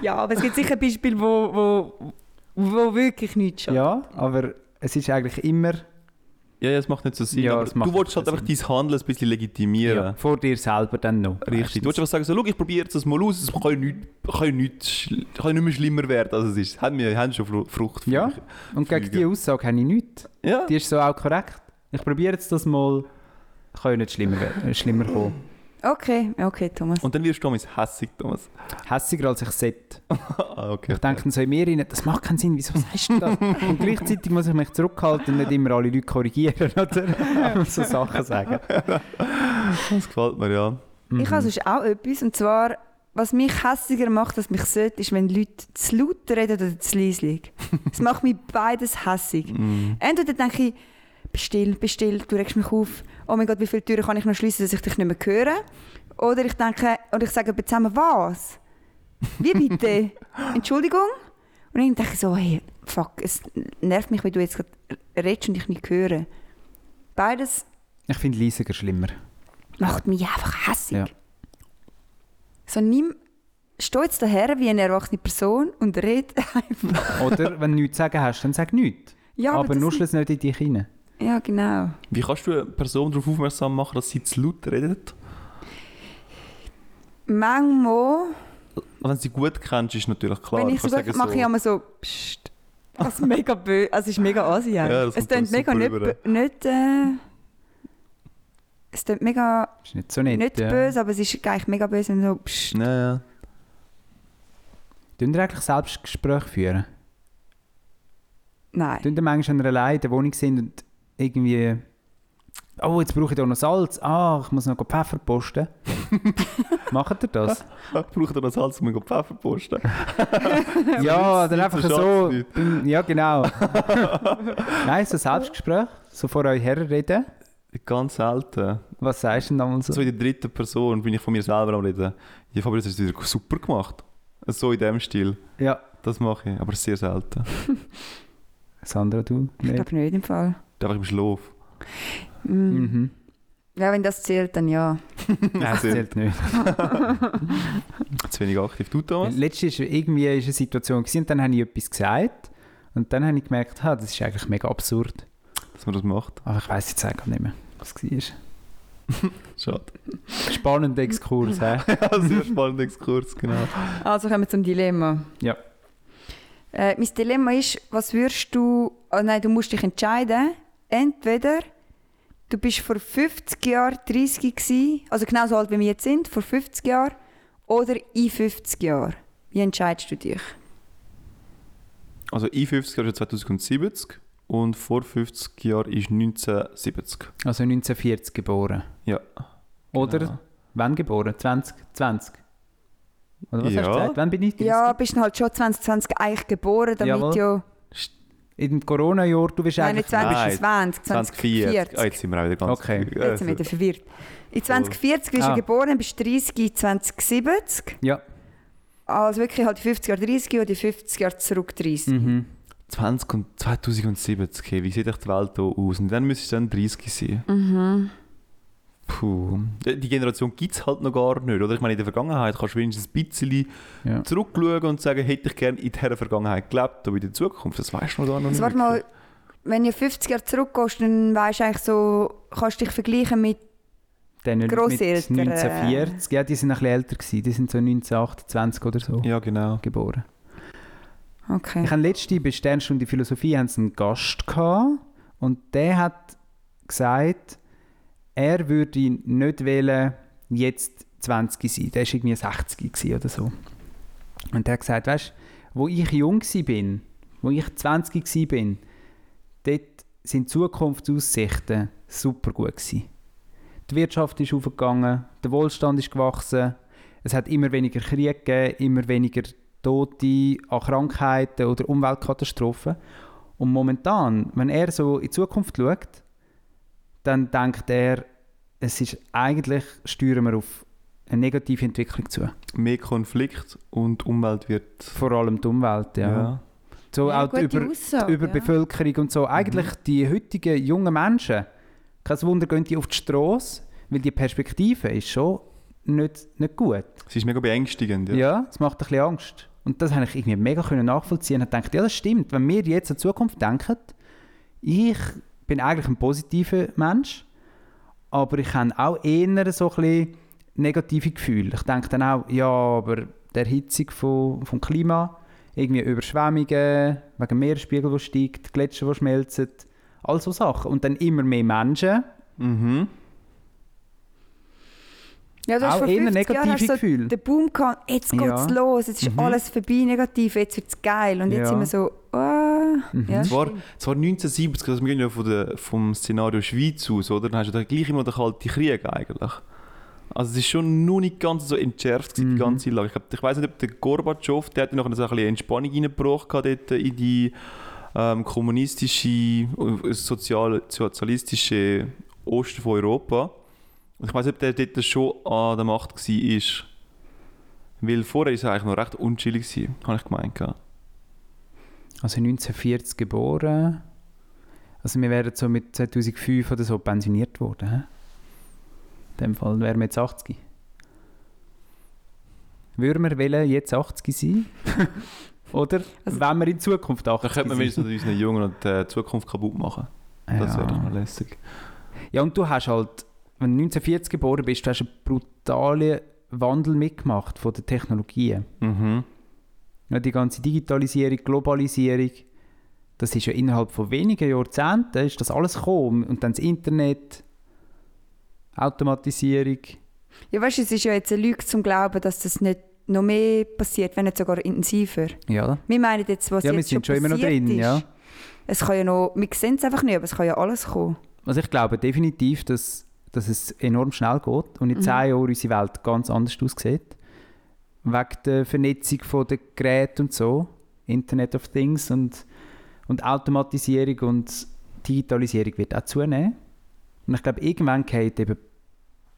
E: Ja, aber es gibt sicher Beispiele, wo, wo, wo wirklich nichts schadet.
C: Ja, aber es ist eigentlich immer
D: ja, ja, es macht nicht so Sinn.
C: Ja,
D: aber
C: es macht
D: du wolltest halt
C: keinen
D: einfach dein Handeln ein bisschen legitimieren.
C: ja, vor dir selber dann noch.
D: Richtig. Du willst einfach sagen, so, schau, ich probiere es mal aus, es kann ja nicht, kann ja nicht, schl- kann ja nicht mehr schlimmer werden, als es ist. Haben wir haben schon Fru- Frucht.
C: Ja, und gegen
D: Flüge.
C: diese Aussage habe ich nichts.
D: ja.
C: Die ist so auch korrekt. Ich probiere jetzt das mal. Kann ja nicht schlimmer, werden, äh, schlimmer kommen.
E: Okay, okay, Thomas.
D: Und dann wirst du damals hässig, Thomas.
C: Hässiger als ich sollte.
D: ah, okay.
C: Ich denke so in mir rein, das macht keinen Sinn, wieso sagst du das? Und gleichzeitig muss ich mich zurückhalten und nicht immer alle Leute korrigieren oder so Sachen sagen.
D: Das gefällt mir, ja.
E: Ich habe sonst auch etwas, und zwar, was mich hässiger macht, als mich sollte, ist, wenn Leute zu laut reden oder zu leislig. Es macht mich beides hässig. Entweder denke ich, bestill, bestill, du regst mich auf, oh mein Gott, wie viele Türen kann ich noch schließen, dass ich dich nicht mehr höre? Oder ich denke, und ich sage aber zusammen, was? Wie bitte? Entschuldigung? Und dann denke ich so, hey, fuck, es nervt mich, wenn du jetzt gerade redest und ich nicht höre. Beides
C: Ich finde Leisiger schlimmer.
E: macht mich einfach hässig.
C: Ja.
E: So nimm, steh jetzt daher wie eine erwachsene Person und red einfach.
C: Oder wenn du nichts zu sagen hast, dann sag nichts.
E: Ja,
C: aber
E: das-
C: nuschel es nicht in dich rein.
E: Ja, genau.
D: Wie kannst du eine Person darauf aufmerksam machen, dass sie zu laut redet?
E: Manchmal,
D: Und Also, wenn sie gut kennst, ist natürlich klar.
E: wenn ich
D: Du
E: so
D: kannst
E: gut
D: sagen,
E: mache, ich immer so, pst. Das ist mega böse, also es ist mega assi
D: Ja,
E: eigentlich.
D: das
E: Es
D: kommt
E: klingt mega
D: super
E: nicht,
D: rüber.
E: bö- nicht, äh, es klingt mega
C: Ist nicht so nett.
E: nicht
C: ja.
E: böse, aber es ist eigentlich mega böse, wenn du so, pst.
D: Ja, ja.
C: Tun ihr eigentlich selbst Gespräche führen?
E: Nein.
C: Tun die Menschen allein in der Wohnung sind und irgendwie. Oh, jetzt brauche ich da noch Salz. Ah, ich muss noch Pfeffer posten. Macht ihr das?
D: Ich brauche da noch Salz, um mir Pfeffer posten.
C: ja, dann
D: nicht,
C: einfach
D: so
C: so.
D: schaffst
C: Ja, genau. Nein, so Selbstgespräch. So vor euch herreden.
D: Ganz selten.
C: Was sagst du denn damals
D: So
C: so?
D: in der dritten Person bin ich von mir selber am Reden. Ja, Fabian, das hast du wieder super gemacht. So in dem Stil.
C: Ja.
D: Das mache ich, aber sehr selten.
C: Sandra, du?
E: Ich
C: Nee.
E: glaube nicht im Fall.
D: Einfach im Schlaf.
E: Mm.
C: Mhm.
E: Ja, wenn das zählt, dann ja.
C: Nein, das zählt nicht.
D: Zu wenig aktiv. Du, Thomas?
C: Letztens war irgendwie ist eine Situation gewesen, und dann habe ich etwas gesagt. Und dann habe ich gemerkt, ha, das ist eigentlich mega absurd.
D: Dass man das macht.
C: Aber ich weiß jetzt eigentlich nicht mehr, was es war.
D: Schade.
C: Spannender Exkurs, hä?
D: Ja, sehr spannender Exkurs, genau.
E: Also kommen wir zum Dilemma.
C: Ja.
E: Äh, mein Dilemma ist, was würdest du. Oh nein, du musst dich entscheiden. Entweder du bist vor 50 Jahren 30 gewesen, also genauso alt wie wir jetzt sind, vor 50 Jahren, oder in 50 Jahren. Wie entscheidest du dich?
D: Also i50 Jahre ist 2070 und vor 50 Jahren ist 1970.
C: Also 1940 geboren.
D: Ja.
C: Oder
D: Genau.
C: wann geboren? 2020? Oder was
D: Ja.
C: hast du gesagt? Wann bin ich?
E: Ja, bist du halt schon 2020 eigentlich geboren, damit
C: Jawohl.
E: ja...
C: Im Corona-Jahr, du bist
E: Nein, nicht
C: eigentlich...
E: 2020,
D: 2040. Ah,
E: 2040.
D: jetzt sind wir auch wieder ganz
C: Okay.
E: Jetzt sind wir wieder verwirrt. In 2040 bist
C: äh. Ah.
E: du geboren, bist 30 in 2070.
C: Ja.
E: Also wirklich halt die 50 Jahre 30 oder die 50 Jahre zurück 30.
C: Mhm.
D: 20 und 2070, okay, wie sieht euch die Welt hier aus? Und dann müsste es dann 30 sein.
E: Mhm.
D: Puh. Die die Generation gibt es halt noch gar nicht, oder? Ich meine, in der Vergangenheit kannst du wenigstens ein bisschen
C: Ja.
D: zurückschauen und sagen, hätte ich gerne in dieser Vergangenheit gelebt, aber in der Zukunft, das weißt du noch gar noch
E: Also
D: nicht.
E: warte mal, wenn du 50 Jahre zurückgehst, dann weißt du eigentlich so, kannst du dich vergleichen mit...
C: Dann nicht mit
E: Grosseltern.
C: 1940. Ja, die sind ein bisschen älter gewesen. Die sind so 1928 oder so
D: Ja, genau.
C: geboren.
E: Okay.
C: Ich habe letzte bei Sternstunde Philosophie haben sie einen Gast gehabt, und der hat gesagt, er würde nicht wählen, jetzt 20 sein. Der war irgendwie 60 gewesen oder so. Und der hat gesagt, weißt du, wo ich jung war, wo ich 20 war, dort sind die Zukunftsaussichten super gut. Gewesen. Die Wirtschaft ist aufgegangen, der Wohlstand ist gewachsen, es hat immer weniger Krieg gegeben, immer weniger Tote an Krankheiten oder Umweltkatastrophen. Und momentan, wenn er so in die Zukunft schaut, dann denkt er, es ist eigentlich, steuern wir auf eine negative Entwicklung zu.
D: Mehr Konflikt und Umwelt wird.
C: Vor allem die Umwelt, ja. So
E: Ja,
C: auch die
E: gute
C: über,
E: Aussage,
C: die Überbevölkerung und so. Eigentlich die heutigen jungen Menschen, kein Wunder, gehen die auf die Straße, weil die Perspektive ist schon nicht, nicht gut.
D: Es ist mega beängstigend.
C: Ja, es macht ein bisschen Angst. Und das habe ich irgendwie mega können nachvollziehen und gedacht, ja, das stimmt. Wenn wir jetzt an die Zukunft denken, ich bin eigentlich ein positiver Mensch, aber ich habe auch eher so ein bisschen negative Gefühle. Ich denke dann auch, ja, aber die Erhitzung von, vom Klima, irgendwie Überschwemmungen, wegen Meeresspiegel, der steigt, Gletscher, die schmelzen, all so Sachen. Und dann immer mehr Menschen,
D: Mhm.
E: Ja, du hast
C: auch
E: vor
C: eher
E: 50 Jahren
C: negative
E: hast du so
C: Gefühle.
E: den Boom gehabt, jetzt
C: Ja.
E: geht's los, jetzt ist
D: Mhm.
E: alles vorbei, negativ, jetzt wird's geil. Und jetzt
C: Ja. Mhm.
E: sind wir so... ah, ja,
D: Es war,
E: stimmt.
D: es war 1970, also wir gehen ja von der, vom Szenario Schweiz aus, oder? Dann hast du da gleich immer den Kalten Krieg eigentlich. Also es ist schon noch nicht ganz so entschärft gewesen,
C: Mhm.
D: die ganze Lage. Ich, glaub, ich weiß nicht, ob der Gorbatschow, der hat ja nachher so ein bisschen Entspannung reingebracht gehabt dort in die ähm, kommunistische, äh, sozial, sozialistische Osten von Europa. Und ich weiß nicht, ob der dort schon an der Macht war. Weil vorher war es eigentlich noch recht unschillig, habe ich gemeint. gehabt.
C: Also 1940 geboren. Also wir wären so mit 2005 oder so pensioniert worden. hä? In dem Fall wären wir jetzt 80. Würden wir wollen, jetzt 80 sein? oder
E: Also-
C: wenn wir in Zukunft 80
D: Da könnte man
C: sind?
D: wenigstens unseren Jungen und die äh, Zukunft kaputt machen. Das wäre doch
C: ja.
D: noch lässig.
C: ja, und du hast halt, wenn du 1940 geboren bist, du hast einen brutalen Wandel mitgemacht von den Technologien.
D: Mhm.
C: Ja, die ganze Digitalisierung, Globalisierung, das ist ja innerhalb von wenigen Jahrzehnten ist das alles gekommen. Und dann das Internet, Automatisierung.
E: Ja, weißt du, es ist ja jetzt eine Lüge zum Glauben, dass das nicht noch mehr passiert, wenn nicht sogar intensiver.
C: Ja.
E: Wir meinen jetzt, was
C: Ja, wir
E: jetzt
C: sind
E: schon
C: schon immer noch
E: passiert
C: drin,
E: ist.
C: ja.
E: Es kann ja noch, wir sehen es einfach nicht, aber es kann ja alles kommen.
C: Also ich glaube definitiv, dass, dass es enorm schnell geht und in
E: Mhm.
C: zehn Jahren unsere Welt ganz anders aussieht. Wegen der Vernetzung von der Geräte und so, Internet of Things und, und Automatisierung und Digitalisierung wird auch zunehmen. Und ich glaube, irgendwann fallen eben ein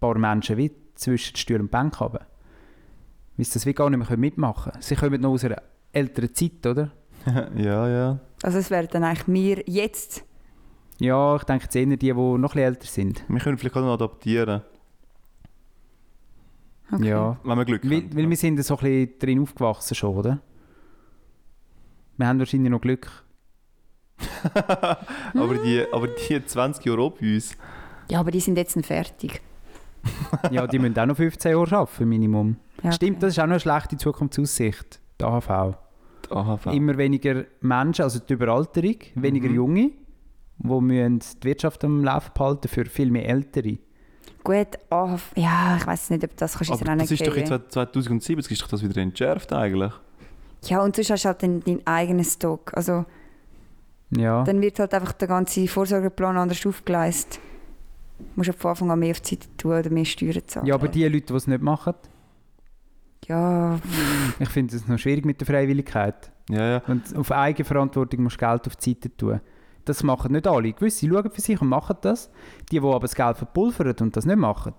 C: paar Menschen wie zwischen die Stühle und die Bank runter. Weil sie das wie gar nicht mehr können mitmachen können. Sie kommen noch aus einer älteren Zeit, oder?
D: ja, ja.
E: Also es wären dann eigentlich wir jetzt.
C: Ja, ich denke, es sind eher die, die noch ein bisschen älter sind.
D: Wir können vielleicht auch noch adaptieren,
E: Okay.
C: Ja,
D: wenn wir Glück
C: Weil,
D: haben.
C: weil wir sind so ein bisschen drin aufgewachsen schon, oder? Wir haben wahrscheinlich noch Glück.
D: aber, die, aber die 20 Euro bei uns.
E: ja, aber die sind jetzt dann fertig.
C: Ja, die müssen auch noch 15 Jahre arbeiten, Minimum.
E: Ja,
C: Stimmt, das ist auch noch eine schlechte Zukunftsaussicht, die AHV.
D: Die AHV.
C: Immer weniger Menschen, also die Überalterung, weniger
D: Mhm.
C: Junge, die müssen die Wirtschaft am Laufen behalten für viel mehr Ältere.
E: Gut, ah, ja, ich weiß nicht, ob das kannst du jetzt
D: aber
E: auch
D: das
E: nicht
D: ist doch
E: geben.
D: jetzt 2070 ist doch das wieder entschärft eigentlich.
E: Ja, und sonst hast du halt dann deinen eigenen Stock. Also
C: Ja.
E: dann wird halt einfach der ganze Vorsorgeplan anders aufgeleistet. Du musst ab von Anfang an mehr auf die Seite tun oder mehr Steuern zahlen.
C: Ja, aber die Leute, die es nicht machen,
E: Ja,
C: ich finde es noch schwierig mit der Freiwilligkeit.
D: Ja, ja.
C: Und auf Eigenverantwortung musst du Geld auf die Seite tun. Das machen nicht alle. Gewisse schauen für sich und machen das. Die, die aber das Geld verpulvern und das nicht machen,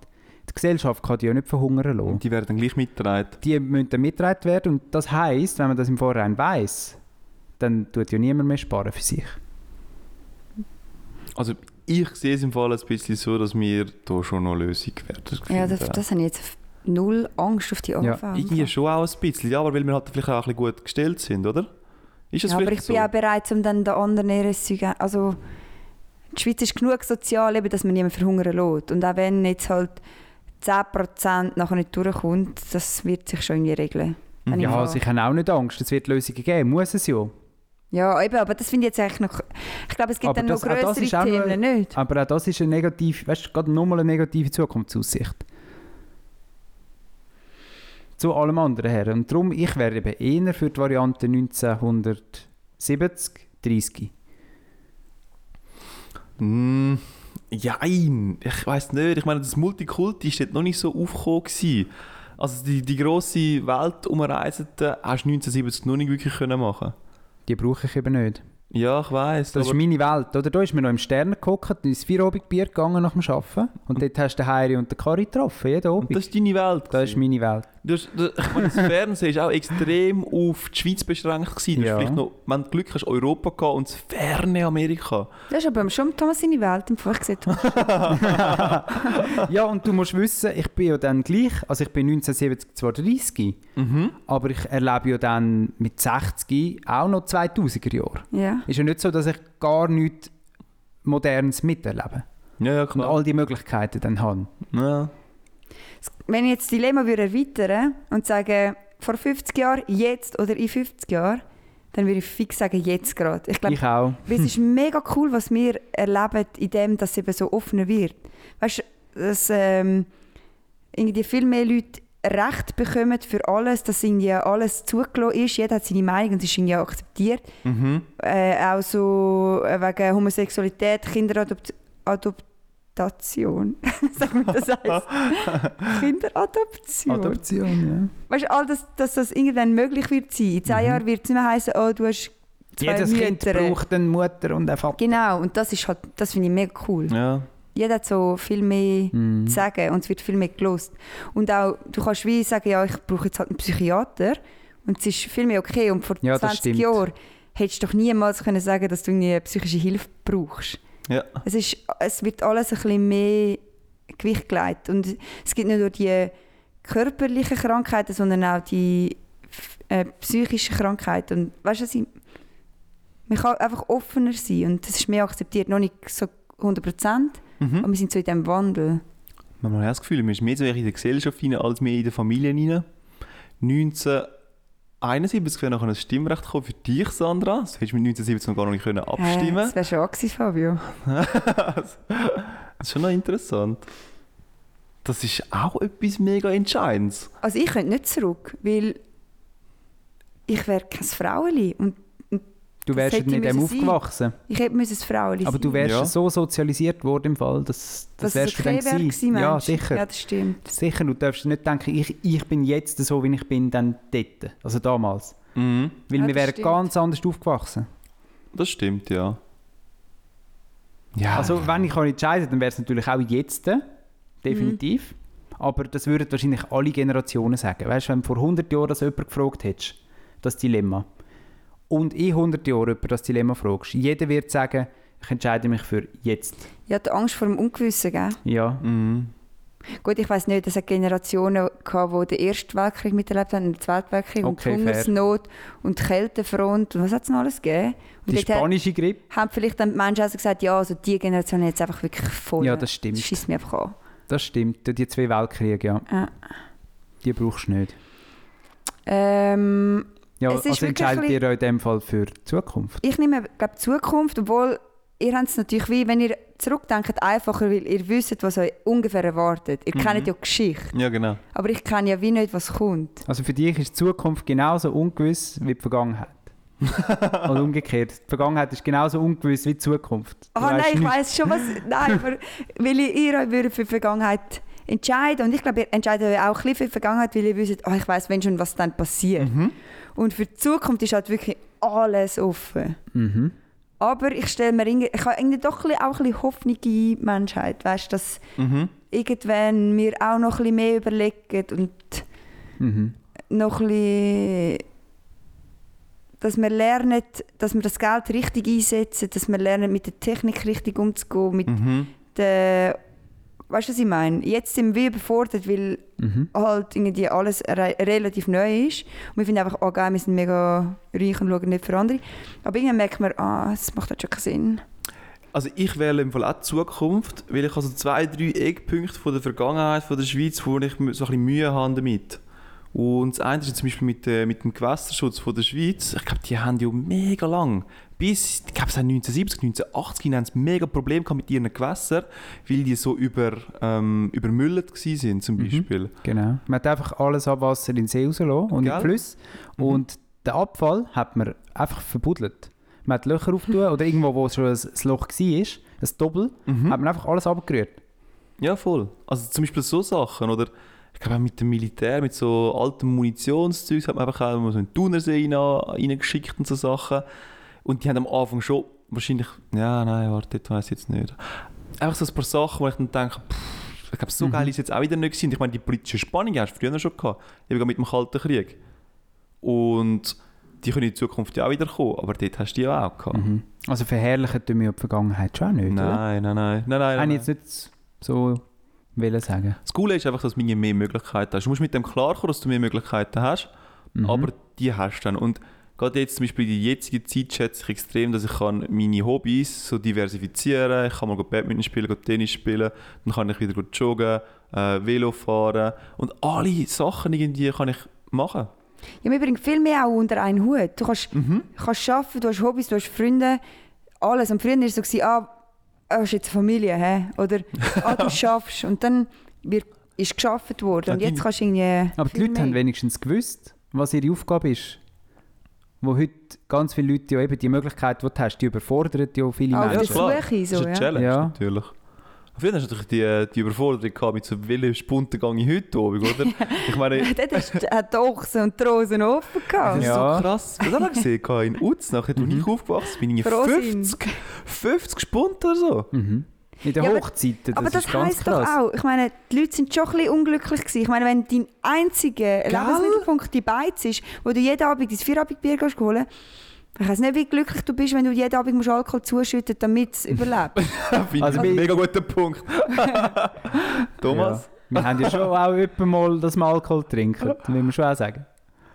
C: die Gesellschaft kann die ja nicht verhungern
E: Oh.
C: lassen.
D: Und die werden dann gleich mitgetragen.
C: Die müssen dann mitgetragen werden und das heisst, wenn man das im Vorhinein weiß, dann tut ja niemand mehr sparen für sich.
D: Also ich sehe es im Fall ein bisschen so, dass wir da schon noch Lösung werden.
E: ja
D: finden.
E: das, das habe ich jetzt null Angst auf die Anfang.
D: Irgendwie schon auch ein bisschen, ja, aber weil wir halt vielleicht auch ein bisschen gut gestellt sind, oder? Ist es
E: Ja, aber
D: vielleicht
E: ich
D: so?
E: bin auch bereit, um dann den anderen ihre Säugen... Also, die Schweiz ist genug sozial, eben, dass man niemanden verhungern lässt. Und auch wenn jetzt halt 10% nachher nicht durchkommt, das wird sich schon irgendwie regeln. Wenn ich
C: Ja,
E: mal-
C: also ich habe auch nicht Angst, es wird Lösungen geben, muss es ja.
E: ja, eben, aber das finde ich jetzt eigentlich noch... Ich glaube, es gibt
C: Aber
E: dann
C: das-
E: noch
C: auch das
E: größere
C: ist auch nur-
E: Themen, nicht?
C: Aber auch das ist eine negative, weißt du, gerade nochmal eine negative Zukunftsaussicht. Zu allem anderen her. Und darum, ich wäre eben eher für die Variante 1970, 30.
D: Mm, jein, ich weiß nicht. Ich meine, das Multikulti ist dort noch nicht so aufgekommen. Gewesen. Also die, die grosse Welt umreisenden hast du 1970 noch nicht wirklich können machen
C: Die brauche ich eben nicht.
D: Ja, ich weiß.
C: Das ist meine Welt, oder? Da ist mir noch im Stern gehockt, ins Feierabendbier gegangen nach dem Arbeiten. Und dort hast du den Heiri und den Kari getroffen, jeden Abend.
D: das ist deine Welt.
C: Das ist
D: gewesen.
C: meine Welt.
D: Du hast- du- ich meine, das Fernsehen war auch extrem auf die Schweiz beschränkt. Gewesen. Du
C: Ja.
D: hast vielleicht noch, wenn du Glück hast, Europa gehabt und das ferne Amerika.
C: Ah.
E: Das ist aber schon Thomas seine Welt, im Vorhinein gesehen. Thomas.
C: ja, und du musst wissen, ich bin ja dann gleich, also ich bin 1970 zwar 30,
D: Mhm.
C: aber ich erlebe ja dann mit 60 auch noch 2000er Jahre.
E: ja.
C: Ist ja nicht so, dass ich gar nichts Modernes miterlebe
D: Ja, ja,
C: und
D: klar.
C: all die Möglichkeiten dann habe.
D: Ja.
E: Wenn ich jetzt das Dilemma würde erweitern und sagen, vor 50 Jahren, jetzt oder in 50 Jahren, dann würde ich fix sagen, jetzt gerade. Ich glaube,
C: Ich auch.
E: Weil es ist
C: Hm.
E: mega cool, was wir erleben, in dem, dass es eben so offener wird. Weißt du, dass ähm, irgendwie viel mehr Leute Recht bekommen für alles, dass irgendwie alles zugelassen ist. Jeder hat seine Meinung und es ist irgendwie auch akzeptiert.
D: Mhm.
E: Äh, auch so äh, wegen Homosexualität, Kinderadoption. Sag mal, das heißt Kinderadoption.
C: Adoption,
E: weißt du, all das, dass das irgendwann möglich wird sein. In zehn
C: Mhm.
E: Jahren wird es nicht mehr heißen, oh, du hast zwei
C: ja. Jedes Kind
E: Mütter.
C: braucht eine Mutter und einen Vater.
E: Genau, und das ist halt, das finde ich mega cool.
D: Ja.
E: Jeder hat so viel mehr
C: Mhm.
E: zu sagen und es wird viel mehr gelost. Und auch, du kannst wie sagen, ja, ich brauche jetzt halt einen Psychiater und es ist viel mehr okay. Und vor
C: Ja, das
E: 20
C: stimmt.
E: Jahren hättest du doch niemals können sagen, dass du eine psychische Hilfe brauchst.
D: Ja.
E: Es, ist, es wird alles ein bisschen mehr Gewicht gelegt. Und es gibt nicht nur die körperlichen Krankheiten, sondern auch die äh, psychischen Krankheiten. Und weißt du, was ich, man kann einfach offener sein und das ist mehr akzeptiert. Noch nicht so 100 Prozent,
C: Hm?
D: Mhm.
E: aber wir sind so in diesem Wandel.
D: Man hat das Gefühl, man ist mehr so in der Gesellschaft rein, als mehr in der Familie rein. 1971 wäre noch ein Stimmrecht gekommen für dich, Sandra. Das hättest du mit 1970 noch gar nicht können
E: Äh,
D: abstimmen
E: das wäre schon gewesen, Fabio.
D: das ist schon noch interessant. Das ist auch etwas mega Entscheidendes.
E: Also ich könnte nicht zurück, weil ich wäre kein Frauenli und
C: Du wärst
E: hätte
C: nicht in dem
E: müssen sein.
C: aufgewachsen.
E: ich hätte müssen ein Frauenli
C: Aber du
E: sein.
C: wärst
D: Ja.
C: so sozialisiert worden im Fall, dass, das
E: Dass
C: wärst
E: es
C: du dann
E: okay wäre
C: gewesen.
E: gewesen,
C: Ja,
E: meinst du?
C: sicher.
E: Ja, das stimmt.
C: Sicher, du darfst nicht denken, ich, ich bin jetzt so, wie ich bin, dann dort. Also damals.
D: Mhm.
C: Weil
E: Ja,
C: wir
E: das
C: wären
E: stimmt.
C: ganz anders aufgewachsen.
D: Das stimmt, ja. Ja.
C: Also wenn ich kann entscheiden kann, dann wäre es natürlich auch jetzt, äh,
E: Mhm.
C: definitiv. Aber das würden wahrscheinlich alle Generationen sagen. Weißt du, wenn vor 100 Jahren das jemand gefragt hättest, das Dilemma, und in 100 Jahren jemand das Dilemma fragst, jeder wird sagen, ich entscheide mich für jetzt.
E: Ja, die Angst vor dem Ungewissen, gell?
C: Ja,
D: Mhm.
E: Gut, ich weiß nicht, es hat Generationen gehabt, die den Ersten Weltkrieg miterlebt haben, und den Zweiten Weltkrieg und die
C: Okay, fair.
E: Hungersnot und die Kältefront und was hat es noch alles gegeben? Und
C: die
E: dort hat-
C: spanische Grippe.
E: haben vielleicht dann die Menschen also gesagt, ja, also die Generation hat jetzt einfach wirklich voll.
C: Ja, das stimmt.
E: Das schießt mich einfach an.
C: Das stimmt, die zwei Weltkriege, ja.
E: Ja.
C: Die brauchst du nicht.
E: Ähm,
C: Ja,
E: Es ist
C: also
E: wirklich
C: entscheidet
E: ein
C: ihr euch in dem Fall für die Zukunft.
E: ich nehme, glaube Zukunft, obwohl ihr habt es natürlich, wie wenn ihr zurückdenkt, einfacher, weil ihr wisst, was euch ungefähr erwartet. Ihr
C: Mhm.
E: kennt ja die Geschichte,
D: Ja, genau.
E: aber ich kenne ja wie nicht, was kommt.
C: Also für dich ist die Zukunft genauso ungewiss wie die Vergangenheit. Oder umgekehrt. Die Vergangenheit ist genauso ungewiss wie die Zukunft. Du
E: Ah nein,
C: weißt
E: ich
C: nichts.
E: weiß schon was. Nein, aber weil ihr- ihr euch würdet für die Vergangenheit entscheiden und ich glaube, ihr entscheidet euch auch ein bisschen für die Vergangenheit, weil ihr wisst, oh, ich weiß, wenn schon was dann passiert.
C: Mhm.
E: Und für die Zukunft ist halt wirklich alles offen.
C: Mhm.
E: Aber ich stelle mir irgendwie, ich habe irgendwie doch ein bisschen- auch ein bisschen Hoffnung in die Menschheit, weißt, dass
D: Mhm.
E: irgendwann wir auch noch ein bisschen mehr überlegen und
C: Mhm.
E: noch ein bisschen, dass wir lernen, dass wir das Geld richtig einsetzen, dass wir lernen, mit der Technik richtig umzugehen, mit
D: Mhm.
E: der, weißt du, was ich meine? Jetzt sind wir überfordert, weil
C: Mhm.
E: halt irgendwie alles re relativ neu ist. Und wir finden einfach, oh geil, wir sind mega reich und schauen nicht für andere. Aber irgendwann merkt man, ah, es macht halt schon keinen Sinn.
D: Also ich wähle im Fall auch die Zukunft, weil ich also zwei, drei Eckpunkte von der Vergangenheit von der Schweiz, wo ich so ein bisschen Mühe habe damit. Und das eine ist zum Beispiel mit, äh, mit dem Gewässerschutz von der Schweiz. Ich glaube, die haben ja mega lang, bis, ich glaube, es haben 1970, 1980 haben sie mega Probleme gehabt mit ihren Gewässern, weil die so über, ähm, übermüllt gewesen sind zum Beispiel.
C: Genau. Man hat einfach alles Abwasser in den See rausgelassen und in
D: Gell?
C: den Fluss.
E: Mhm.
C: Und den Abfall hat man einfach verbuddelt. Man hat Löcher aufgetan oder irgendwo, wo schon ein ein Loch war, ein Doppel,
E: Mhm.
C: hat man einfach alles abgerührt.
D: Ja, voll. Also zum Beispiel so Sachen, oder? Ich glaube auch mit dem Militär, mit so altem Munitionszeug, hat man einfach auch so einen Thunersee rein- reingeschickt und so Sachen. Und die haben am Anfang schon wahrscheinlich, ja, nein, warte, das weiss ich jetzt nicht. Einfach so ein paar Sachen, wo ich dann denke, pff, ich glaube, so geil ist es jetzt auch wieder nicht gewesen. Und Ich meine, die politische Spannung hast du früher schon gehabt, eben gerade mit dem Kalten Krieg. Und die können in Zukunft ja auch wieder kommen, aber dort hast du die ja auch gehabt.
C: Also verherrlichen tun wir ja die Vergangenheit schon auch nicht, oder?
D: Nein, nein, nein, nein, nein, nein.
C: Habe ich jetzt nicht so wollen sagen.
D: Das Coole ist einfach, dass du mehr Möglichkeiten hast. Du musst mit dem klarkommen, dass du mehr Möglichkeiten hast, aber die hast du dann. Und gerade jetzt zum Beispiel in der jetzigen Zeit schätze ich extrem, dass ich kann meine Hobbys so diversifizieren kann. Ich kann mal gut Badminton spielen, gut Tennis spielen, dann kann ich wieder gut joggen, äh, Velo fahren und alle Sachen irgendwie kann ich machen.
E: Ja, wir bringen viel mehr auch unter einen Hut. Du kannst,
C: Mhm.
E: kannst arbeiten, du hast Hobbys, du hast Freunde, alles. Und früher war es so, gewesen, ah, du hast jetzt eine Familie, hä? oder ah, du schaffst. Und dann wird, ist geschafft worden. Und
D: Ja,
E: jetzt
D: die-
E: kannst du irgendwie
C: Aber die
E: viel
C: Leute haben
E: mehr.
C: wenigstens gewusst, was ihre Aufgabe ist. Wo heute ganz viele Leute ja eben die Möglichkeit, die du hast, die überfordert ja viele
E: Auch
D: Ja,
E: auf
C: Menschen.
D: klar.
E: der Suche.
D: das
E: So,
D: ist eine
E: ja.
D: Challenge
C: Ja.
D: natürlich. Auf jeden Fall hast du natürlich die, die Überforderung gehabt mit so welchem Spunten gehe ich heute Abend, oder? Ich meine,
E: Dort hast du- hat die Ochsen und die Rosen offen
D: Das
E: gehabt.
D: ist
C: Ja.
D: so krass. Was haben wir gesehen gehabt in Uznach, wo ich
C: Mhm.
D: aufgewachsen bin? Ich
E: Froh sein.
D: 50, 50 Spunden oder so.
C: Mhm. In den
E: Ja, aber-
C: Hochzeiten, das
E: Aber das,
C: ist ganz
E: heisst
C: krass.
E: doch auch, ich meine, die Leute sind schon ein bisschen unglücklich gewesen. Ich meine, wenn dein einziger Lebensmittelpunkt die Beiz ist, wo du jeden Abend dein Feierabendbier gehst holen, ich weiß nicht, wie glücklich du bist, wenn du jeden Abend musst Alkohol zuschütten damit es überlebt.
D: Finde ich
C: Also
D: einen
C: wir-
D: mega guter Punkt. Thomas?
C: Ja. Wir haben ja schon auch etwa mal, dass wir Alkohol trinken, das will man schon auch sagen.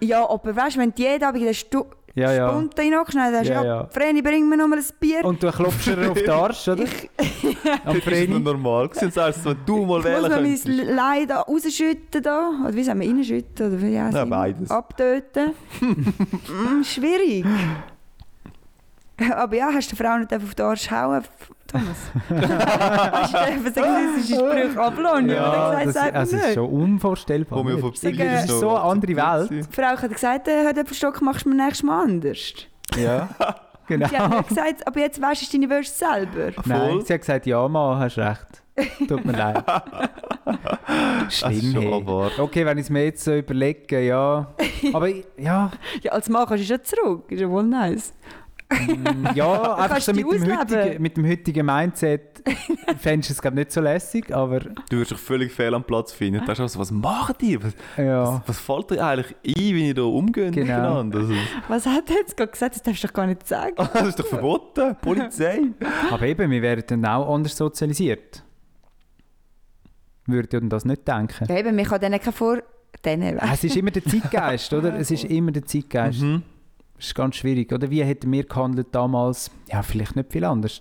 E: ja, aber weißt du, wenn du jeden Abend in den Stu
C: Ja, ja.
E: Spunten hineingeschnitten hast,
C: Ja,
E: ja,
C: ja.
E: Vreni, bring mir noch mal ein Bier.
C: Und du klopfst dir auf den Arsch, oder? Am
D: Das ist nur
C: Training.
D: normal. gewesen. Das heißt, wenn du mal
E: ich muss
D: wählen
E: noch mein
D: könntest.
E: Leid da rausschütten da. Oder wie sagen wir, reinschütten? Oder wie auch
D: Ja,
E: immer.
D: beides.
E: Abtöten. mm, schwierig. Aber ja, hast du die Frau nicht einfach auf den Arsch hauen, F- Thomas? hast du einfach sexistische Sprüche ablohnen?
C: Ja,
E: gesagt,
C: das,
E: sagt man
C: also, es ist
E: nicht.
C: schon unvorstellbar.
D: Wo wir von
E: Sagen-
D: Billy
C: Das ist so eine andere Welt.
E: Die Frau hat gesagt, äh, hör den Stock, machst du mir nächstes Mal anders.
C: Ja.
E: Sie hat mir
C: Genau.
E: gesagt, aber jetzt wäschst du deine Wäsche selber.
C: Nein,
D: Voll.
C: sie hat gesagt, ja, Mann, hast recht. Tut mir leid.
D: Das ist
C: Schlimm,
D: schon
C: hey.
D: wahr.
C: Okay, wenn ich es mir jetzt so überlege, ja. Aber ich- ja,
E: Ja, als Mann kannst du schon zurück, ist ja wohl nice.
C: ja einfach
E: Kannst
C: so
E: du
C: mit dem,
E: ausleben?
C: heutigen, mit dem heutigen Mindset fändest du es glaube nicht so lässig, aber
D: Du wirst dich völlig fehl am Platz finden. Du denkst auch so, was machen die? Was,
C: ja.
D: was fällt dir eigentlich ein, wenn ihr da umgeht
C: Genau.
D: miteinander? Also,
E: Was hat er jetzt gerade gesagt? Das darfst du doch gar nicht
C: Oh.
E: sagen.
D: das ist doch verboten. Polizei.
C: Aber eben, wir wären dann auch anders sozialisiert. Würde ich das nicht denken.
E: Ja, eben, man kann denen keine vor... Denen,
C: Es ist immer der Zeitgeist, oder? Es ist immer der Zeitgeist.
D: Mhm.
C: Das ist ganz schwierig, oder? Wie hätten wir gehandelt damals? Ja, vielleicht nicht viel anders.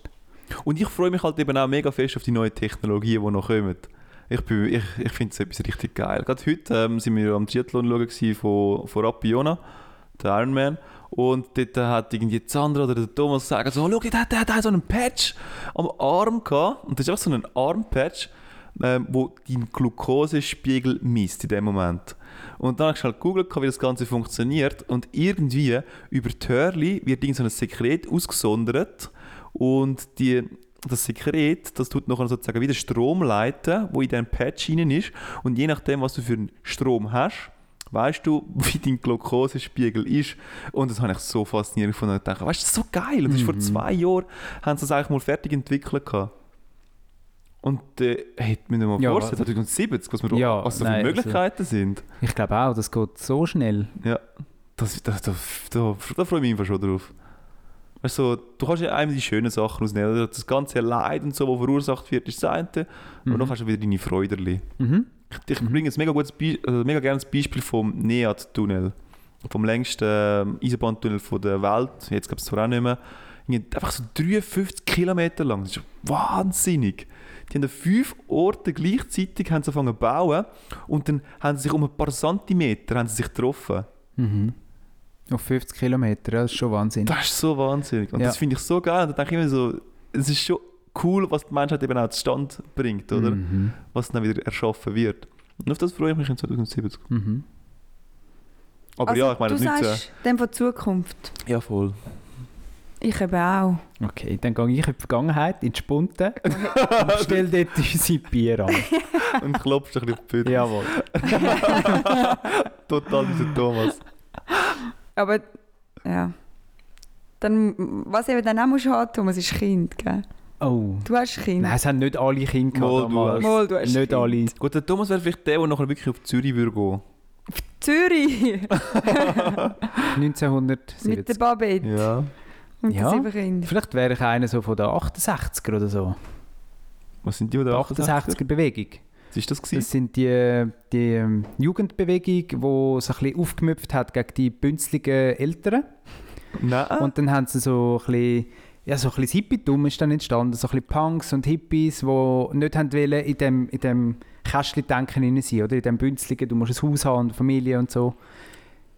D: Und ich freue mich halt eben auch mega fest auf die neuen Technologien, die noch kommen. Ich, bin- ich, ich finde es etwas richtig geil. Gerade heute ähm, sind wir am Triathlon schauen gewesen von, von Rapiona, der Ironman. Und dort hat irgendwie die Sandra oder der Thomas gesagt, so, schau, der, der hat auch so einen Patch am Arm gehabt. Und das ist einfach so ein Armpatch, ähm, wo dein Glukosespiegel misst in dem Moment. Und dann habe ich halt gegoogelt, wie das Ganze funktioniert. Und irgendwie über die Hörli wird irgend so ein Sekret ausgesondert. Und die, das Sekret, das tut nachher sozusagen wieder Strom leiten, wo in diesem Patch hinein ist. Und je nachdem, was du für einen Strom hast, weißt du, wie dein Glukosespiegel ist. Und das habe ich so faszinierend gefunden. Ich dachte, weißt du, das ist so geil. Und das ist
C: Mhm.
D: vor zwei Jahren haben sie das eigentlich mal fertig entwickelt. Gehabt. Und äh, hätte mir mal
C: Ja,
D: vorstellen,
C: also-
D: 2070, was, wir,
C: Ja,
D: was da
C: nein,
D: für
C: also-
D: Möglichkeiten sind.
C: Ich glaube auch, das geht so schnell.
D: Ja, das, das, da, da, da freue ich mich einfach schon drauf. Weißt du, du kannst ja einmal die schönen Sachen rausnehmen. Also Das ganze Leid und so, was verursacht wird, ist das eine. Und dann kannst du wieder deine Freuderli.
C: Mhm.
D: Ich, ich bringe jetzt mega, gutes Be also mega gerne das Beispiel vom NEAT-Tunnel. Vom längsten ähm, Eisenbahntunnel von der Welt. Jetzt gibt es zwar auch nicht mehr. Irgendwie Einfach so 53 Kilometer lang. Das ist wahnsinnig. Die haben an fünf Orten gleichzeitig haben sie angefangen zu bauen. Und dann haben sie sich um ein paar Zentimeter haben sie sich getroffen.
C: Mhm. Auf 50 Kilometer, ja, das ist schon Wahnsinn.
D: Das ist so wahnsinnig. Und
C: Ja.
D: das finde ich so geil. Und da denke ich immer so, es ist schon cool, was die Menschheit eben auch zustande bringt, oder?
C: Mhm.
D: Was dann wieder erschaffen wird. Und auf das freue ich mich in 2070.
C: Mhm.
D: Aber
E: also,
D: ja, ich meine,
E: du
D: das nicht so.
E: sagst dem von Zukunft.
D: Ja, voll.
E: Ich eben auch.
C: Okay, dann gehe ich in die Vergangenheit, in die Spunte und stelle dort unsere Bier an.
D: Und klopfst ein bisschen auf die Bühne.
C: Jawohl.
D: Total dieser Thomas.
E: Aber ja. Dann, was eben dann auch musst haben, Thomas, ist Kind, gell?
C: Oh.
E: Du hast Kind.
C: Nein, es haben nicht alle Kinder
D: Mal,
C: gehabt
D: du
C: damals.
D: hast-
E: Mal, du hast
C: Nicht
E: Kind.
C: alle.
D: Gut, der Thomas wäre vielleicht der, der nachher wirklich auf Zürich würde gehen.
E: Zürich! mit der
C: 1970.
E: Babette
D: Ja.
E: und
C: Ja.
E: den sieben Kindern.
C: Vielleicht wäre ich einer so von der 68er oder so.
D: Was sind die, die
C: Die
D: 68?
C: 68er Bewegung.
D: Was ist das gewesen?
C: Das sind die, die ähm, Jugendbewegung, die sich ein bisschen aufgemüpft hat gegen die bünzligen Eltern.
D: Nein.
C: Und dann haben sie so ein bisschen, ja, so ein bisschen Hippie-Tum ist dann entstanden. So ein bisschen Punks und Hippies, die nicht haben wollen in dem, in dem Kästchen-Denken hinein sein, oder? In dem Bünzligen, du musst ein Haus haben und eine Familie und so.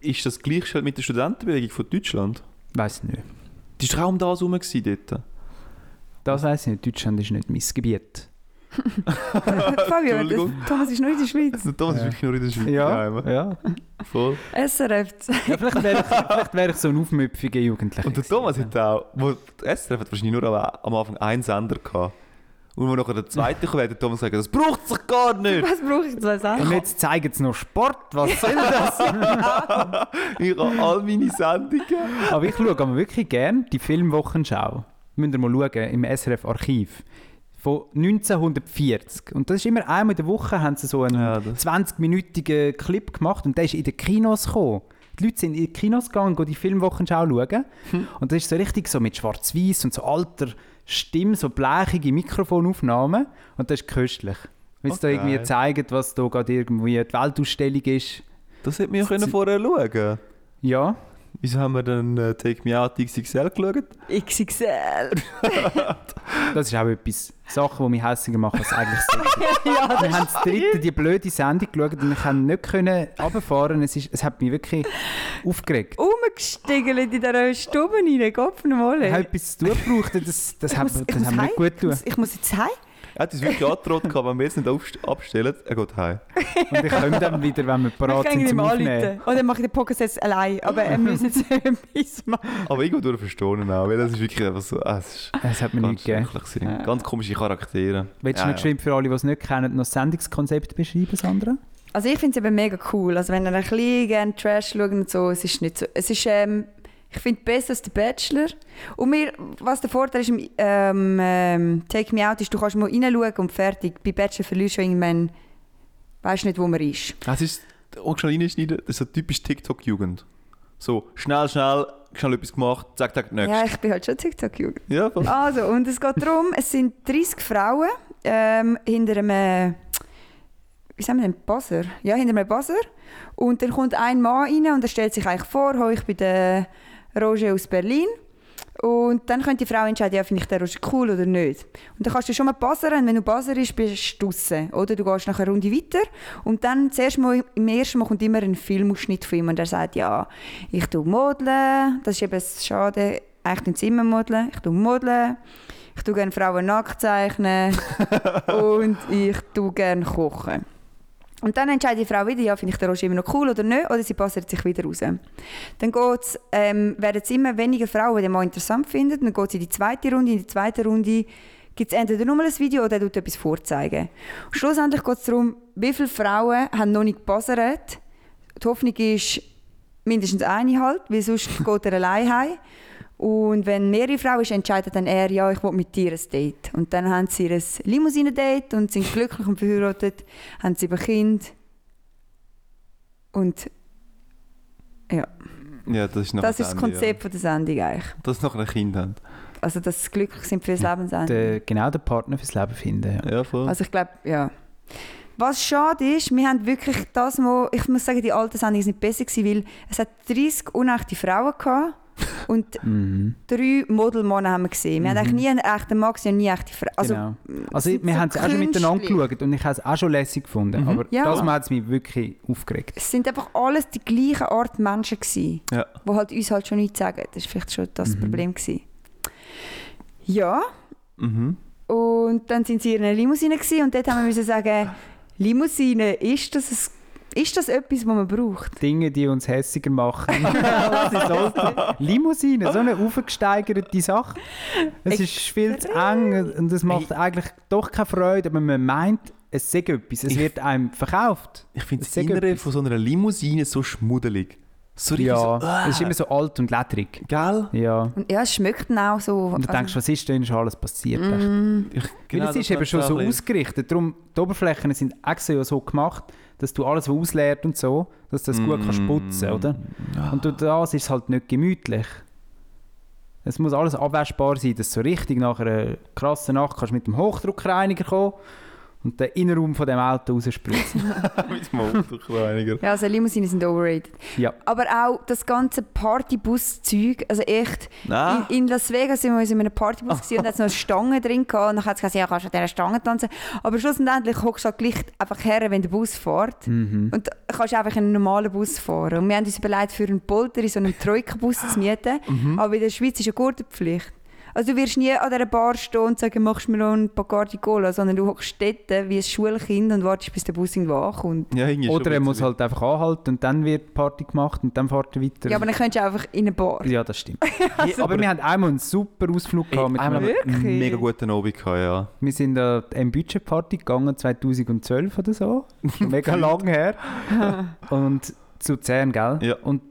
D: ist das gleichgestellt mit der Studentenbewegung von Deutschland?
C: Weiß nicht.
D: Die war auch um das herum gewesen dort.
C: Das weiß ich nicht. Deutschland ist nicht mein Gebiet.
E: Fabio,
D: Entschuldigung.
E: das, Thomas ist noch in der Schweiz.
D: Also, Der Thomas
C: Ja.
D: ist wirklich nur in der Schweiz daheim.
C: ja.
D: Voll.
E: SRF.
C: ja vielleicht wäre ich, vielleicht wäre ich so ein aufmüpfiger Jugendlicher.
D: Und der
C: gewesen,
D: Thomas
C: ja.
D: hat auch, wo die SRF hat wahrscheinlich nur am, am Anfang einen Sender gehabt. Und wo nachher der zweite kam, hat der Thomas gesagt, das braucht sich gar nicht.
E: Was brauche ich zwei Sachen?
C: Und jetzt zeigen sie noch Sport. Was soll das?
D: Ich habe all meine Sendungen.
C: Aber ich schaue aber wirklich gerne die Filmwochenschau. Müsst ihr mal schauen, im SRF-Archiv. Von 1940. Und das ist immer einmal in der Woche, haben sie so einen
D: Ja, das-
C: 20-minütigen Clip gemacht und der ist in den Kinos gekommen. Die Leute sind in die Kinos gegangen, gehen die Filmwochenschau schauen.
D: Hm.
C: Und das ist so richtig so mit schwarz weiß und so alter Stimme, so blechige Mikrofonaufnahmen. Und das ist köstlich. Weil sie da
D: Okay.
C: irgendwie zeigen, was da gerade irgendwie die Weltausstellung ist.
D: Das hätten wir ja können vorher schauen können.
C: Ja.
D: Wieso haben wir dann äh, Take Me Out XXL geschaut?
E: XXL.
C: Das ist auch etwas. Sachen, die mich hässiger machen als eigentlich Sex. Wir haben das dritte, die blöde Sendung geschaut und ich konnte nicht können runterfahren. Es, ist, es hat mich wirklich aufgeregt.
E: Rumgestiegelt in dieser Stube rein, Kopf noch mal.
C: Ich habe etwas zu tun gebraucht, das, das hat,
E: muss- ich
C: das
E: muss
C: hat mir
E: heim.
C: nicht gut
E: Ich
C: getan.
E: muss- Ich muss jetzt heim.
D: Er hat uns wirklich angedroht, gehabt, wenn wir jetzt nicht aufst- abstellen, er geht heim.
C: Und ich komme dann wieder, wenn wir
E: Ich
C: parat
E: kann
C: sind,
E: ihn
C: zum Aufnehmen.
E: anrufen. Oder mache ich den Podcast jetzt allein. Aber er muss jetzt etwas machen.
D: Aber irgendwo durch verstehe ich ihn auch, weil das ist wirklich einfach so, ah, es ist
C: Es hat mir
D: ganz
C: nichts gegeben.
D: schrecklich gewesen. Ganz komische Charaktere.
C: Willst du
D: Ja,
C: noch geschrieben für alle, die es nicht kennen, noch das Sendungskonzept beschreiben, Sandra?
E: Also ich finde es eben mega cool. Also wenn ihr ein bisschen gerne Trash schaut und so, es ist nicht so... Es ist, ähm, ich finde besser als der Bachelor. Und mir, was der Vorteil ist, im, ähm, ähm, Take Me Out, ist, du kannst mal reinschauen und fertig. Bei Bachelor verlierst du irgendwann... Weißt du nicht, wo man ist.
D: ja. Es ist, auch schnell reinschneiden, das ist so typisch TikTok-Jugend. So, schnell, schnell, schnell etwas gemacht, zack, zack,
E: Ja,
D: next.
E: ich bin halt schon TikTok-Jugend.
D: Ja, voll.
E: Also, und es geht darum, es sind 30 Frauen ähm, hinter einem, äh, wie sagen wir denn, Buzzer? Ja, hinter einem Buzzer. Und dann kommt ein Mann rein und er stellt sich eigentlich vor, «Hoi, ich bin der Roger aus Berlin. Und dann könnte die Frau entscheiden, ja, finde ich den Roger cool oder nicht. Und dann kannst du schon mal buzzern. Wenn du buzzerst, bist du draussen. Oder du gehst nach einer Runde weiter. Und dann zuerst mal, im ersten Mal kommt immer ein Filmausschnitt von ihm. Und er sagt, ja, ich tu modeln. Das ist eben schade. Eigentlich tun sie immer modeln. Ich tu modeln. Ich tu gerne Frauen nackt zeichnen. und ich tu gerne kochen. Und dann entscheidet die Frau wieder, ja, finde ich den Roger immer noch cool oder nicht, oder sie passiert sich wieder raus. Dann geht's, ähm, werden es immer weniger Frauen, die den Mann interessant finden. Dann geht es in die zweite Runde. In der zweiten Runde gibt es entweder nur ein Video oder er tut etwas vorzeigen. Und schlussendlich geht es darum, wie viele Frauen haben noch nicht gepassert. Die Hoffnung ist, mindestens eine halt, weil sonst geht er allein heim. Und wenn mehrere Frauen ist, entscheidet dann er, ja, ich will mit dir ein Date. Und dann haben sie ihr Limousinen-Date und sind glücklich und verheiratet, haben sie ein Kind. Und
D: Ja, das ist noch
E: das
D: ein
E: ist das
D: Ende,
E: Konzept von der Sendung eigentlich.
D: Ja. Dass sie noch ein Kind haben.
E: Also, dass sie glücklich sind fürs Lebensende.
C: Den, genau den Partner fürs Leben finden. Ja.
D: Ja, voll.
E: Also, ich glaube, ja. Was schade ist, wir haben wirklich das, wo, ich muss sagen, die alten Sendungen sind besser gewesen, weil es hat 30 unechte Frauen gehabt und
C: Mhm.
E: drei Modelmänner haben wir gesehen. Wir haben eigentlich nie einen echten Mann gesehen und nie echte Frauen. Also,
C: genau. also
E: sind
C: wir
E: so
C: haben es auch schon
E: künstlich.
C: miteinander geschaut und ich habe es auch schon lässig gefunden.
D: Mhm.
C: Aber
E: Ja.
C: das Mal hat es mich wirklich aufgeregt.
E: es sind einfach alles die gleiche Art Menschen gewesen,
D: Ja.
E: wo halt uns halt schon nichts sagen. Das war vielleicht schon das
C: Mhm.
E: Problem gewesen. Ja,
D: Mhm.
E: und dann sind sie in einer Limousine gewesen und dort haben wir müssen sagen, Limousine, ist das, ein, ist das etwas, was man braucht?
C: Dinge, die uns hässiger machen. Was ist das denn? Limousine, so eine aufgesteigerte Sache. Es ist viel zu eng und es macht eigentlich doch keine Freude, aber man meint, es sei etwas. Es
D: Ich-
C: wird einem verkauft.
D: Ich finde das
C: Sag
D: Innere
C: etwas.
D: von so einer Limousine so schmuddelig. So richtig
C: Ja,
D: so, ah.
C: es ist immer so alt und ledrig.
D: Gell?
C: Ja.
E: Und ja, es schmeckt dann auch so.
D: Also
E: also
C: Und du denkst, was ist denn schon alles passiert?
D: Mm.
C: Weil
D: Ich,
C: es ist
D: Genau, das
C: eben schon
D: hat's
C: so
D: auch ein bisschen-
C: ausgerichtet. Darum, die Oberflächen sind extra ja so gemacht, dass du alles, was ausleert und so, dass du das gut kannst
D: Mm.
C: putzen, oder?
D: Ah.
C: Und durch das ist es halt nicht gemütlich. Es muss alles abwaschbar sein, dass du so richtig nach einer krassen Nacht kannst mit dem Hochdruckreiniger kommen und den Innenraum von dem Auto rausspritzen.
D: Mit dem Autokreiniger.
E: ja, also Limousinen sind overrated.
C: ja.
E: Aber auch das ganze Partybus-Zeug, also echt,
D: Nein.
E: In, in Las Vegas sind wir uns in einem Partybus gesehen und da hat's noch eine Stange drin gehabt. Und dann hat es gesagt, ja, kannst du an dieser Stange tanzen. Aber schlussendlich hockst du halt gleich einfach her, wenn der Bus fährt. Und kannst einfach in einen normalen Bus fahren. Und wir haben uns überlegt, für einen Polter in so einem Troika-Bus zu mieten. Aber in der Schweiz ist eine Gurtenpflicht. Also du wirst nie an dieser Bar stehen und sagen, machst du mir noch einen Bacardi Cola, sondern du hockst dort wie ein Schulkind und wartest, bis der Bus irgendwo ankommt.
D: Ja, irgendwie schon
C: Oder er
D: ein
C: muss
D: bisschen-
C: halt einfach anhalten und dann wird Party gemacht und dann fährt er weiter.
E: Ja, aber dann könntest du einfach in eine Bar.
C: Ja, das stimmt. aber wir haben einmal einen super Ausflug
D: Ey,
C: gehabt. mit
D: einmal
C: einem-
D: einen
E: Wirklich?
D: mega guten Abend gehabt, ja.
C: Wir sind an eine Budgetparty gegangen, 2012 oder so. Mega lang her. Und zu Zern, gell?
D: Ja.
C: Und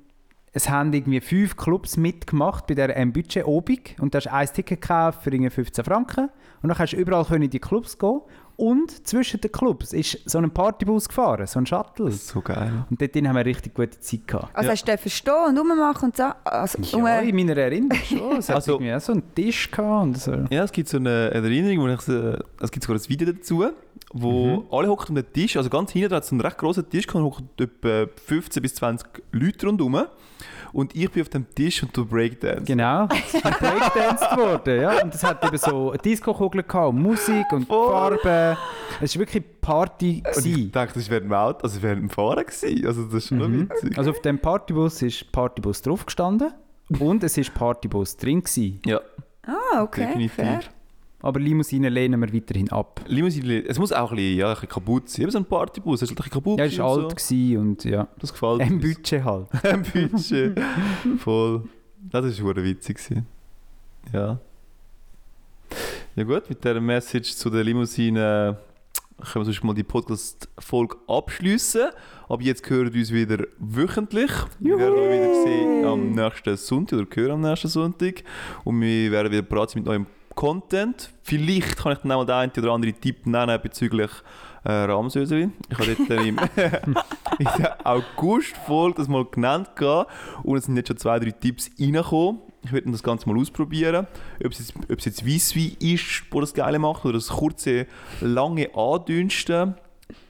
C: es haben irgendwie fünf Clubs mitgemacht bei dieser m budget obig Und da hast du ein Ticket gekauft für irgendwie 15 Franken. Und dann kannst du überall können in die Clubs gehen. Und zwischen den Clubs ist so ein Partybus gefahren, so ein Shuttle.
D: So geil.
C: Und dort drin haben wir richtig gute Zeit gehabt.
E: Also
D: Ja.
E: hast du dürfen stehen und rummachen und so. Also,
C: Ja, in meiner Erinnerung schon. Es hat
D: Also-
C: irgendwie auch so einen Tisch gehabt und so.
D: Ja, es gibt so eine eine Erinnerung, wo ich, so- es gibt sogar ein Video dazu, wo
C: Mhm.
D: alle hocken um den Tisch, also ganz hinten dran hat es einen recht grossen Tisch, da hocken etwa 15 bis 20 Leute rundherum. Und ich bin auf dem Tisch und du Breakdance.
C: Genau, es ist breakdanced worden. Ja. Und es hat eben so eine Disco-Kugel gehabt, und Musik und
D: Voll.
C: Farben. Es war wirklich Party.
D: Und ich
C: Gewesen.
D: dachte, das wäre ein Auto, also wäre ein Fahrer gewesen. Also das ist schon noch witzig.
C: Also auf dem Partybus ist Partybus draufgestanden und es ist Partybus drin. Gewesen.
D: ja,
E: Ah, okay. Fair.
C: Aber Limousine lehnen wir weiterhin ab.
D: Limousine, es muss auch ein bisschen, ja, ein bisschen kaputt sein. Eben so ein Partybus, es ist halt ein bisschen kaputt.
C: Ja, es war
D: und
C: alt gewesen und ja.
D: So. Das gefällt
C: Ein
D: uns.
C: Budget halt.
D: Ein Budget. Voll. Das war schon witzig. gewesen. Ja. Ja gut, mit dieser Message zu der Limousine äh, können wir sonst mal die Podcast-Folge abschliessen. Ab jetzt hören wir uns wieder wöchentlich. Wir werden euch wieder sehen am nächsten Sonntag oder hören am nächsten Sonntag. Und wir werden wieder bereit sein mit neuem Content. Vielleicht kann ich dann auch mal den einen oder anderen Tipp nennen bezüglich äh, Rahmsöseli. Ich habe dort im in der August-Folge das mal genannt gehabt. und es sind jetzt schon zwei, drei Tipps reingekommen. Ich werde das Ganze mal ausprobieren, ob es jetzt, ob es jetzt Weisswein ist, wo das Geile macht, oder das kurze, lange Andünsten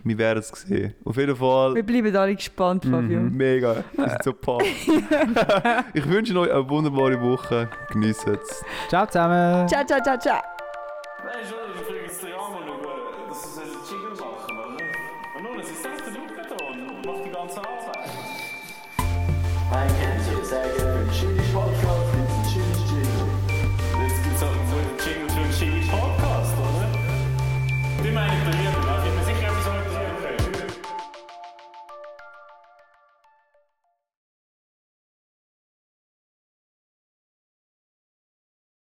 D: Wir werden es sehen. Auf jeden Fall
E: Wir bleiben alle gespannt, Fabio.
C: Mhm.
D: mega. Das sind so paar. ich wünsche euch eine wunderbare Woche. Genießt es.
C: Ciao zusammen.
E: Ciao, ciao, ciao, ciao.
A: Nein, schon, ich kriege es dir an, aber das ist ein Jingle machen, oder? Und nun, es ist selbst der Lukaton und macht die ganze Arbeit.
B: I can't say it's that good for cheating